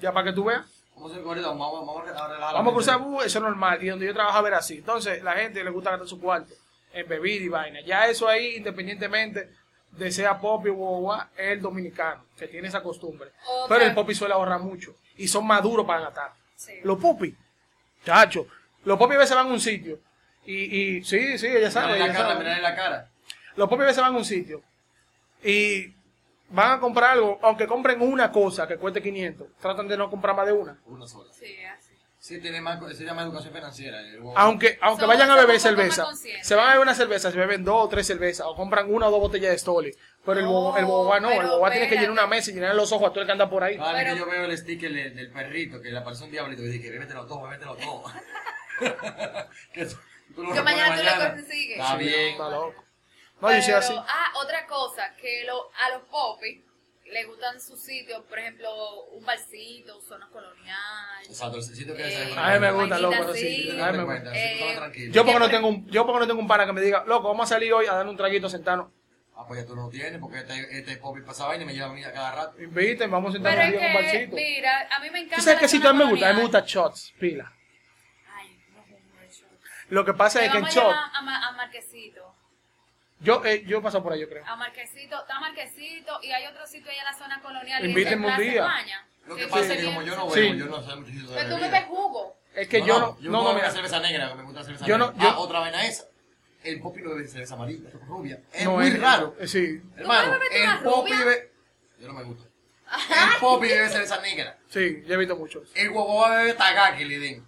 B: Ya para que tú veas.
C: Vamos a ir corriendo, vamos, vamos a relajar la
B: Vamos a
C: mente.
B: cruzar, uh, eso es normal. Y donde yo trabajaba era así. Entonces, la gente le gusta gastar su cuarto en bebida y vaina. Ya eso ahí, independientemente de sea popi o guagua, es el dominicano, que tiene esa costumbre.
A: Otra.
B: Pero el popi suele ahorrar mucho. Y son más duros para gastar.
A: Sí.
B: Los popis, chacho, los popis a veces van a un sitio. Y, y sí, sí, ya
C: Mirarle
B: saben.
C: la
B: ya
C: cara,
B: saben.
C: mirarle la cara.
B: Los popis a veces van a un sitio y van a comprar algo, aunque compren una cosa que cueste 500, tratan de no comprar más de una.
C: Una sola.
A: Sí, así.
C: Sí, tiene más, se llama educación financiera. el huevo.
B: Aunque, aunque
A: Son-
B: vayan a
A: son
B: beber
A: un poco más
B: cerveza,
A: conscientes.
B: se van a beber una cerveza, se beben dos o tres cervezas, o compran una o dos botellas de Stoli. Pero el bobo, el boba no, el
A: Oh, pero
B: boba tiene que
A: espérate.
B: llenar una mesa y llenar los ojos a todo el que anda por ahí.
C: Cada vez que
A: Pero-
C: yo veo el sticker del, del perrito, que le aparece un diablito, y dije, bébetelo todo, bébetelo todo. que tú tú lo
A: Que
C: repones
A: mañana tú lo
C: mañana.
A: consigues.
C: Está
A: Sí,
C: bien.
B: Está loco. No, yo soy
A: Pero-
B: así.
A: Ah, otra cosa, que lo, a los popis les gustan sus sitios, por ejemplo, un barcito, zona colonial.
C: Exacto, el sitio que
A: Eh,
C: se
B: A mí me gusta,
A: vainita
B: loco,
A: así.
B: los
C: Sí,
B: sitios.
C: te
B: A mí
C: das
B: me
C: cuenta,
B: gusta.
C: así
A: Eh,
C: tú estás tranquilo.
B: Yo porque no
A: Siempre-
B: tengo un, yo porque no tengo un pana que me diga, loco, vamos a salir hoy a dar un traguito sentano.
C: Ah, pues ya tú no tienes, porque este, este popi pasa vaina y me lleva a mí a cada rato.
B: Inviten, vamos a
A: Pero es
B: sentarnos ahí en un
A: que,
B: barcito.
A: mira, a mí me encanta.
B: ¿Tú sabes
A: la
B: qué sitio a
A: zona
B: mí me gusta? A mí me
A: colonial.
B: gusta shots, pila.
A: Ay, no, no, no, no, no.
B: Lo que pasa
A: Te
B: es que en
A: vamos a
B: shots,
A: llevar a, Ma- a Marquesito.
B: yo, eh, yo he pasado por ahí, yo creo.
A: A Marquesito, está Marquesito y hay otro sitio allá en la zona colonial.
B: Invítenme un día.
C: Lo que pasa es que como yo no bebo,
B: Sí.
C: yo no sé muchísimo de
A: Pero Pues tú
C: bebida.
A: bebes jugo.
B: Es que yo no,
C: Yo
B: no, no,
C: puedo beber
B: mira.
C: cerveza negra, que me gusta la cerveza
B: Yo no-
C: negra. Ah,
B: yo-
C: otra vaina esa. El popi no bebe cerveza amarilla, rubia. Es
B: No,
C: muy raro.
B: eh, Sí,
C: Hermano,
A: bebes tú
C: el
A: una
C: popi
A: rubia?
C: bebe... Yo no me gusta. El popi bebe cerveza negra.
B: sí, yo he visto muchos.
C: El guapo va a beber tagak que le den.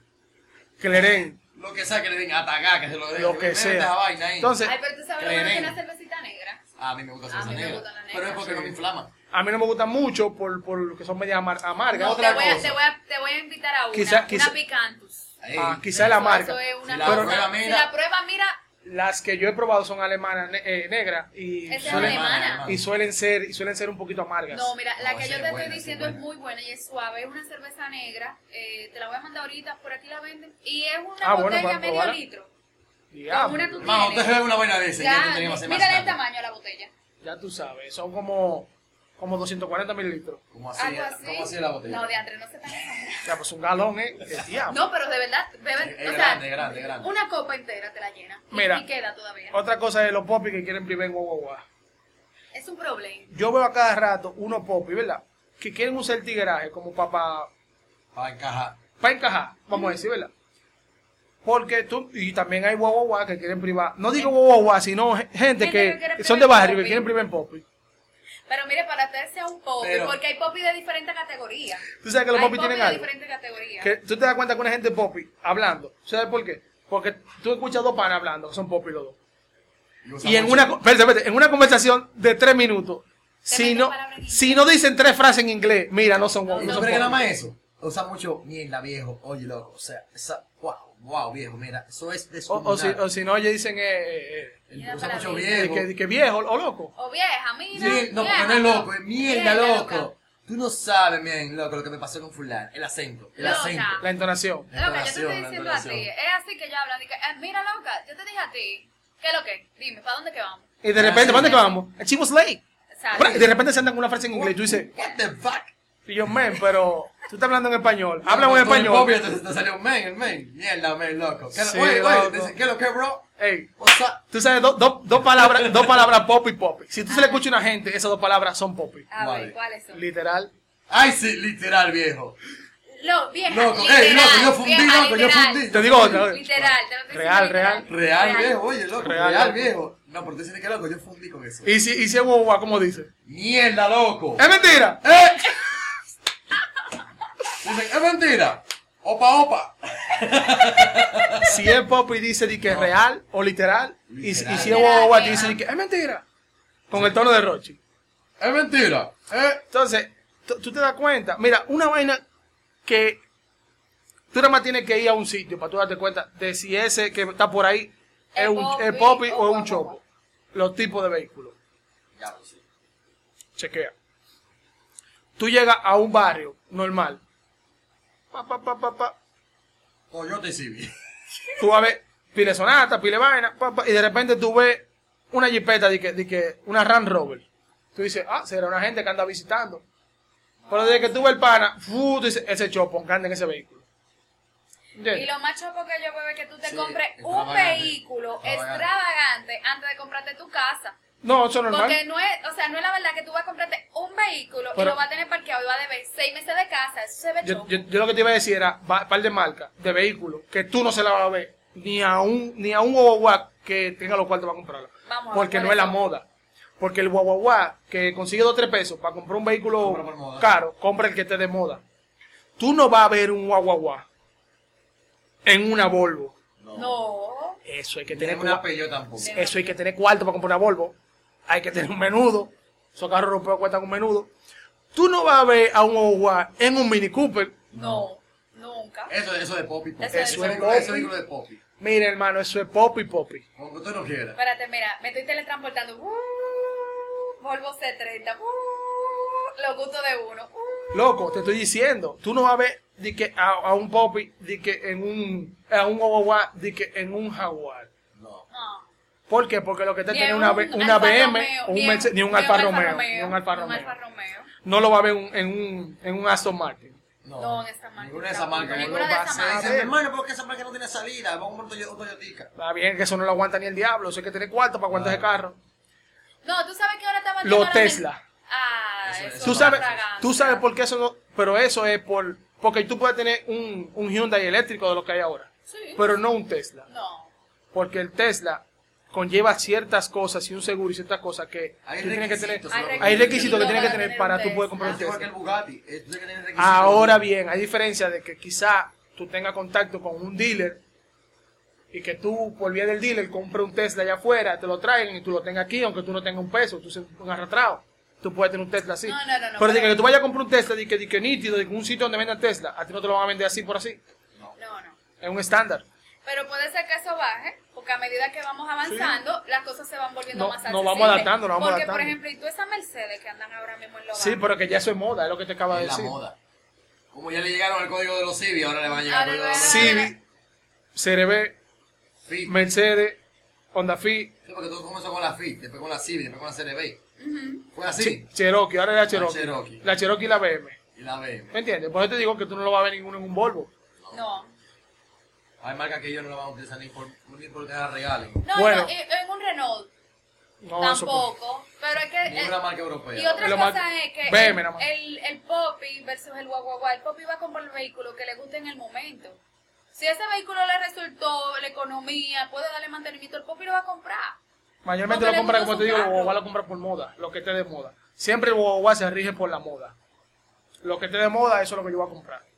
B: Cleren.
C: Lo que sea que le den, a tagak, que se lo den.
B: Lo que
C: Bebe
B: sea.
C: esa vaina ahí.
B: Entonces-
A: Ay, pero tú sabes lo
C: Creen
A: bueno que es
C: en-
A: la cervecita negra.
C: A mí me gusta
A: A
C: cerveza
A: mí me
C: negra.
A: gusta la negra,
C: Pero es porque
A: sí.
C: no me inflama.
B: A mí no me gustan mucho por, por que son medias amar- amargas.
A: No,
C: otra
A: te, voy a,
C: cosa.
A: te, voy a, te voy a invitar a una,
B: Quizá-
A: una
B: quizá-
A: Picantus.
C: Ahí.
B: Ah, quizá la
A: Eso-
B: marca.
A: eso es una
C: Si la
A: cosa-
C: prueba,
A: si
C: mira.
A: la prueba, mira,
B: Las que yo he probado son alemanas, ne- eh, negras y
A: esa es
C: Suele-
B: suelen,
A: alemana.
B: y suelen ser y suelen ser un poquito amargas.
A: No, mira, la
C: No,
A: que
C: esa
A: yo
C: es
A: te
C: buena, esa
A: estoy
C: es
A: diciendo es
C: buena.
A: muy buena y es suave. Es una cerveza negra. eh, te la voy a mandar ahorita, por aquí la venden. Y es una
B: Ah, bueno,
A: botella
B: para
A: medio
B: probarla.
A: litro.
B: Diablo.
A: una tú-
C: Hermano, usted bebe una vaina de esa. Ya,
A: Ya,
C: no teníamos que hacer
A: mira
C: más
A: el
C: nada.
A: tamaño de la botella.
B: Ya tú sabes, son como como 240 mililitros.
C: ¿Cómo
A: Algo
C: hacía
A: así.
C: ¿Cómo hacía la
A: No,
C: botella?
A: de Andrés no se tan exagerado.
B: Ya pues un galón, eh. El diablo.
A: No, pero de verdad, beben,
C: Es- es
A: o sea,
C: grande, grande, grande.
A: una copa entera te la llena. Y-
B: Mira.
A: Y queda todavía.
B: Otra cosa es los popis que quieren vivir en guagua.
A: Es un problema.
B: Yo veo a cada rato unos popis, ¿verdad? Que quieren usar el tigueraje como papá
C: Para encajar.
B: para encajar, vamos a decir, ¿verdad? Porque tú, y también hay guagua que quieren privar, no digo guagua, sino ge- gente
A: Gente que
B: que,
A: quiere
B: son de
A: privar
B: barrio que
A: popi.
B: quieren privar en popi.
A: Pero mire, para hacerse un popi,
C: Pero-
A: porque hay popis de diferentes categorías.
B: Tú sabes que los
A: Hay
B: popis tienen
A: de
B: algo.
A: diferentes categorías.
B: Que tú te das cuenta que una gente popi hablando, ¿sabes por qué? Porque tú escuchas dos panas hablando, que son popi los dos. Y en una, co- espérate, espérate, en una conversación de tres minutos, si
A: meten
B: no,
A: palabras en
B: si no dicen tres frases en inglés, mira, no son guagua.
C: ¿Y
B: no
C: tú
B: son
C: crees que nada
B: popi.
C: más eso? Usa mucho mierda, viejo. Oye, loco. O sea, esa, wow, wow, viejo. Mira, eso es
B: O, o si,
C: descomunal.
B: o si no, ellos dicen, eh, eh, eh,
C: El- Usa mucho
B: eh,
C: viejo.
B: que, que viejo o loco.
A: O vieja, mira.
C: Sí, no,
A: vieja,
C: porque no es loco, es mierda,
A: loca.
C: loco. Tú no sabes, bien, loco, lo que me pasó con fulano. El acento, el
A: Loca.
C: acento.
B: La entonación.
C: La
A: Loca, yo te estoy
C: entonación, la
A: diciendo a ti.
C: entonación.
A: Es así que ya hablan. de que, eh, mira, loca, yo te dije a ti. ¿Qué es lo que? Dime, ¿para dónde que vamos?
B: Y de repente,
C: Ah,
B: ¿para dónde
A: sí.
B: que vamos? El chivo es late.
A: ¿Sabes?
B: Bra, Y de repente se andan con una frase en inglés y tú dices,
C: What the fuck?
B: y yo, men, pero tú estás hablando en español. Habla en
C: Obvio,
B: español.
C: entonces te salió un men, el men. Mierda, men, loco. ¿Qué,
B: Sí,
C: oye,
B: loco.
C: oye, dice, ¿qué es lo que, bro?
B: Ey,
C: What's up?
B: tú sabes, dos dos- dos palabras, dos palabras pop y pop. Si tú se le escucha a una gente, esas dos palabras son pop.
A: A
C: Vale.
A: ver, ¿cuáles son?
B: Literal.
C: Ay, sí, literal, viejo.
A: Lo, vieja,
C: Loco,
A: literal,
C: ey, loco, yo fundí,
A: vieja,
C: loco, yo
A: literal.
C: fundí.
B: Te digo otra. oye.
A: Literal, te lo estoy
B: Real,
A: diciendo
B: real.
C: Real, viejo, oye, loco.
B: Real,
C: Real,
B: loco.
C: viejo. No, pero tú dices que loco, yo fundí con eso.
B: Y si, y si es guagua, ¿cómo dice?
C: Mierda, loco.
B: ¡Es mentira!
C: ¡Eh! Dicen, es mentira. Opa, opa.
B: Si es pop y dice di que es real o literal. Y, si- y si es
A: Literal,
B: guagua, tú
A: real.
B: dices di que es mentira. con el tono de Rochi.
C: Es mentira. ¿Eh?
B: Entonces, tú tú te das cuenta. Mira, una vaina que tú nada más tienes que ir a un sitio para tú darte cuenta de si ese que está por ahí es
A: Es
B: un es
A: Poppy
B: popi
A: o
B: o es un
A: Guagua.
B: chopo. Los tipos de vehículos.
C: Ya pues lo sé.
B: Chequea. Tú llegas a un barrio normal. Pa, pa, pa, pa, pa.
C: Toyota y Civic.
B: Tú vas a ver pile sonata, pile vaina, pa, pa, y de repente tú ves una jipeta, de que, de que una Ram Rover. Tú dices, ah, será una gente que anda visitando. Pero desde que tú ves el pana, fu, tú dices, ese chopo, que anda en ese vehículo.
A: Y
B: ¿Entiendes?
A: lo más chopo que yo veo es que tú te
C: Sí,
A: compres un
C: extravagante.
A: vehículo
C: Extravagante.
A: extravagante antes de comprarte tu casa.
B: No, eso es normal.
A: Porque no es, o sea, no es la verdad que tú vas a comprarte un vehículo
B: Pero-
A: y lo vas a tener parqueado y vas a deber seis meses de casa. Eso se ve
B: Yo,
A: chopo.
B: yo- yo lo que te iba a decir era un par de marcas de vehículos que tú no se la vas a ver ni a un ni a un guaguaguá que tenga los cuartos para comprarla.
A: Vamos a ver,
B: porque no
A: ¿cuáles
B: es la
A: son?
B: moda. Porque el guaguaguá que consigue dos o tres pesos para comprar un vehículo
C: Compra por moda.
B: caro, compra el que esté de moda. Tú no vas a ver un guaguaguá en una Volvo.
A: No.
B: Eso hay que
C: Tiene
B: tener
C: una
B: cua-
C: Peugeot tampoco.
A: Sí.
B: eso hay que tener cuarto para comprar una Volvo. Hay que tener un menudo. Esos carros rompeos cuestan un menudo. Tú no vas a ver a un guaguaguá en un Mini Cooper.
A: No. Nunca.
C: Eso, eso de Poppy. Poppy.
A: Eso de
C: Ese
A: Poppy.
C: vehículo- Ese vehículo de Poppy.
B: Mira, hermano, eso es pop y popi.
C: Como que usted no quiera.
A: Espérate, mira, me estoy teletransportando. Uh, Volvo C30. Uh, los gustos de uno. Uh.
B: Loco, te estoy diciendo, tú no vas a ver de que a, a un popi de que en un a un guagua de que en un jaguar.
C: No.
A: No.
B: ¿Por qué? Porque lo que te
A: Ni
B: tiene
A: en
B: una,
A: un
B: B- una
A: Alfa
B: BM,
A: Romeo,
B: un
A: ni en-
B: Mercedes- ni un
A: ni
B: Alfa Romeo, ni un Alfa Romeo.
A: Romeo.
B: No lo va a ver un- en un en un Aston Martin.
A: No, en esa marca.
C: Ninguna de esas marcas.
A: Ninguna de esas
B: marcas.
C: Dice, hermano, ¿por qué esa marca no tiene salida? Vamos a comprar un Toyo- un Toyotica.
B: Está bien que eso no lo aguanta ni el diablo, eso hay que tener cuarto para aguantar ese carro.
A: No, tú sabes que ahora está
B: Los
A: batiendo la
B: Tesla.
A: men- Ah,
C: Eso-
A: eso,
C: eso
B: Tú
A: es
B: sabes,
A: fragante.
B: tú sabes por qué eso no, pero eso es por porque tú puedes tener un, un Hyundai eléctrico de lo que hay ahora,
A: Sí.
B: pero no un Tesla.
A: No.
B: Porque el Tesla conlleva ciertas cosas y un seguro y ciertas cosas que
C: Hay
B: tú tienes que tener.
C: requisitos,
A: Hay
B: Hay requisitos
A: requisitos
B: que tienes que
A: para
B: tener
A: tener
B: para
A: un
B: tú poder
A: Tesla.
B: comprar un
C: Es igual que el
B: Tesla.
C: Bugatti. Es- tiene que tener requisitos.
B: Ahora bien, hay diferencia de que quizá tú tengas contacto con un dealer y que tú por vía del dealer compres un Tesla allá afuera, te lo traen y tú lo tengas aquí, aunque tú no tengas un peso, tú seas un arrastrado. Tú puedes tener un Tesla así.
A: No, no, no, no,
B: pero de que,
A: pero-
B: tú vayas a comprar un Tesla, de que, de que nítido, de que un sitio donde vendan Tesla, a ti no te lo van a vender así por así.
A: No, no.
B: Es un estándar.
A: Pero puede ser que eso baje, porque a medida que vamos avanzando, las cosas se van volviendo
B: No,
A: más
B: nos
A: accesibles.
B: vamos adaptando, nos vamos
A: Porque, por
B: adaptando.
A: ejemplo, y tú esas Mercedes que andan ahora mismo en los
B: Sí,
A: bancos,
B: pero que ya eso es moda, es lo que te acabo de
C: Es la
B: decir.
C: moda. Como ya le llegaron el código de los Civi, ahora le van a llegar el
A: Ahora
C: código de
A: le
C: los
A: van a-
B: Civic, Cerebe,
C: Fit.
B: Mercedes, Honda Fit,
C: Sí, porque todo comenzó con la Fit, después con la Civi, después con la CRB. Fue así.
B: Cherokee, ahora es la Cherokee.
C: Cherokee.
B: La Cherokee y la BM.
C: Y la BM.
B: ¿Me entiendes? Por eso te digo que tú no lo vas a ver ninguno en un Volvo.
A: no.
C: Hay marcas que ellos no la van a utilizar ni por ni porque la regalen.
A: No,
B: Bueno.
A: no, y- en un Renault
B: No, eso pues.
A: tampoco, pero es que... eh,
C: Ninguna marca
A: y
C: europea.
A: otra
B: Lo
A: cosa
B: más-
A: es que
B: Veme,
A: el,
B: nada más.
A: el, el Poppy versus el guaguaguá, el Poppy va a comprar el vehículo que le guste en el momento. Si ese vehículo le resultó, la economía, puede darle mantenimiento, el Poppy lo va a comprar. Porque
B: Mayormente lo
A: le
B: compra,
A: gusta su
B: como te digo, el
A: carro.
B: Boboa lo compra por moda, lo que esté de moda. Siempre el Boboa se rige por la moda. Lo que esté de moda, eso es lo que yo voy a comprar.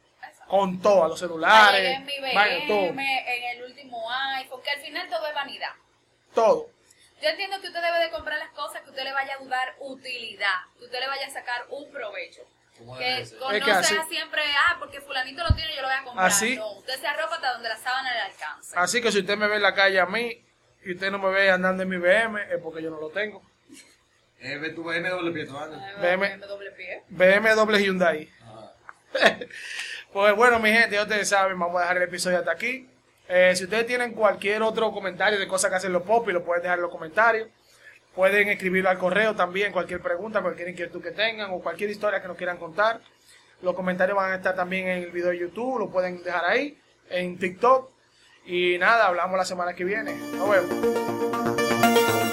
B: Con todo, los
A: Ayer
B: celulares,
A: en mi
B: vaya,
A: BM,
B: todo,
A: en el último iPhone, que al final todo es vanidad.
B: todo.
A: Yo entiendo que usted debe de comprar las cosas que usted le vaya a dar utilidad, que usted le vaya a sacar un provecho.
C: Como debe
A: Que
C: ser.
A: con-
B: Es
A: no
B: que así-
A: sea siempre, ah, porque fulanito lo tiene, yo lo voy a comprar.
B: Así-
A: No, usted se arropa hasta donde la sábana le alcance.
B: Así que si usted me ve en la calle a mí y usted no me ve andando en mi BM, es porque yo no lo tengo.
C: Eh, tu BM doble pie, tú andas.
A: Ay,
B: BM.
A: BM doble pie.
B: BMW Hyundai.
C: Ajá.
B: Pues bueno, mi gente, ya ustedes saben, vamos a dejar el episodio hasta aquí. Eh, si ustedes tienen cualquier otro comentario de cosas que hacen los popis, lo pueden dejar en los comentarios. Pueden escribirlo al correo también, cualquier pregunta, cualquier inquietud que tengan o cualquier historia que nos quieran contar. Los comentarios van a estar también en el video de YouTube, lo pueden dejar ahí, en TikTok. Y nada, hablamos la semana que viene. Nos vemos.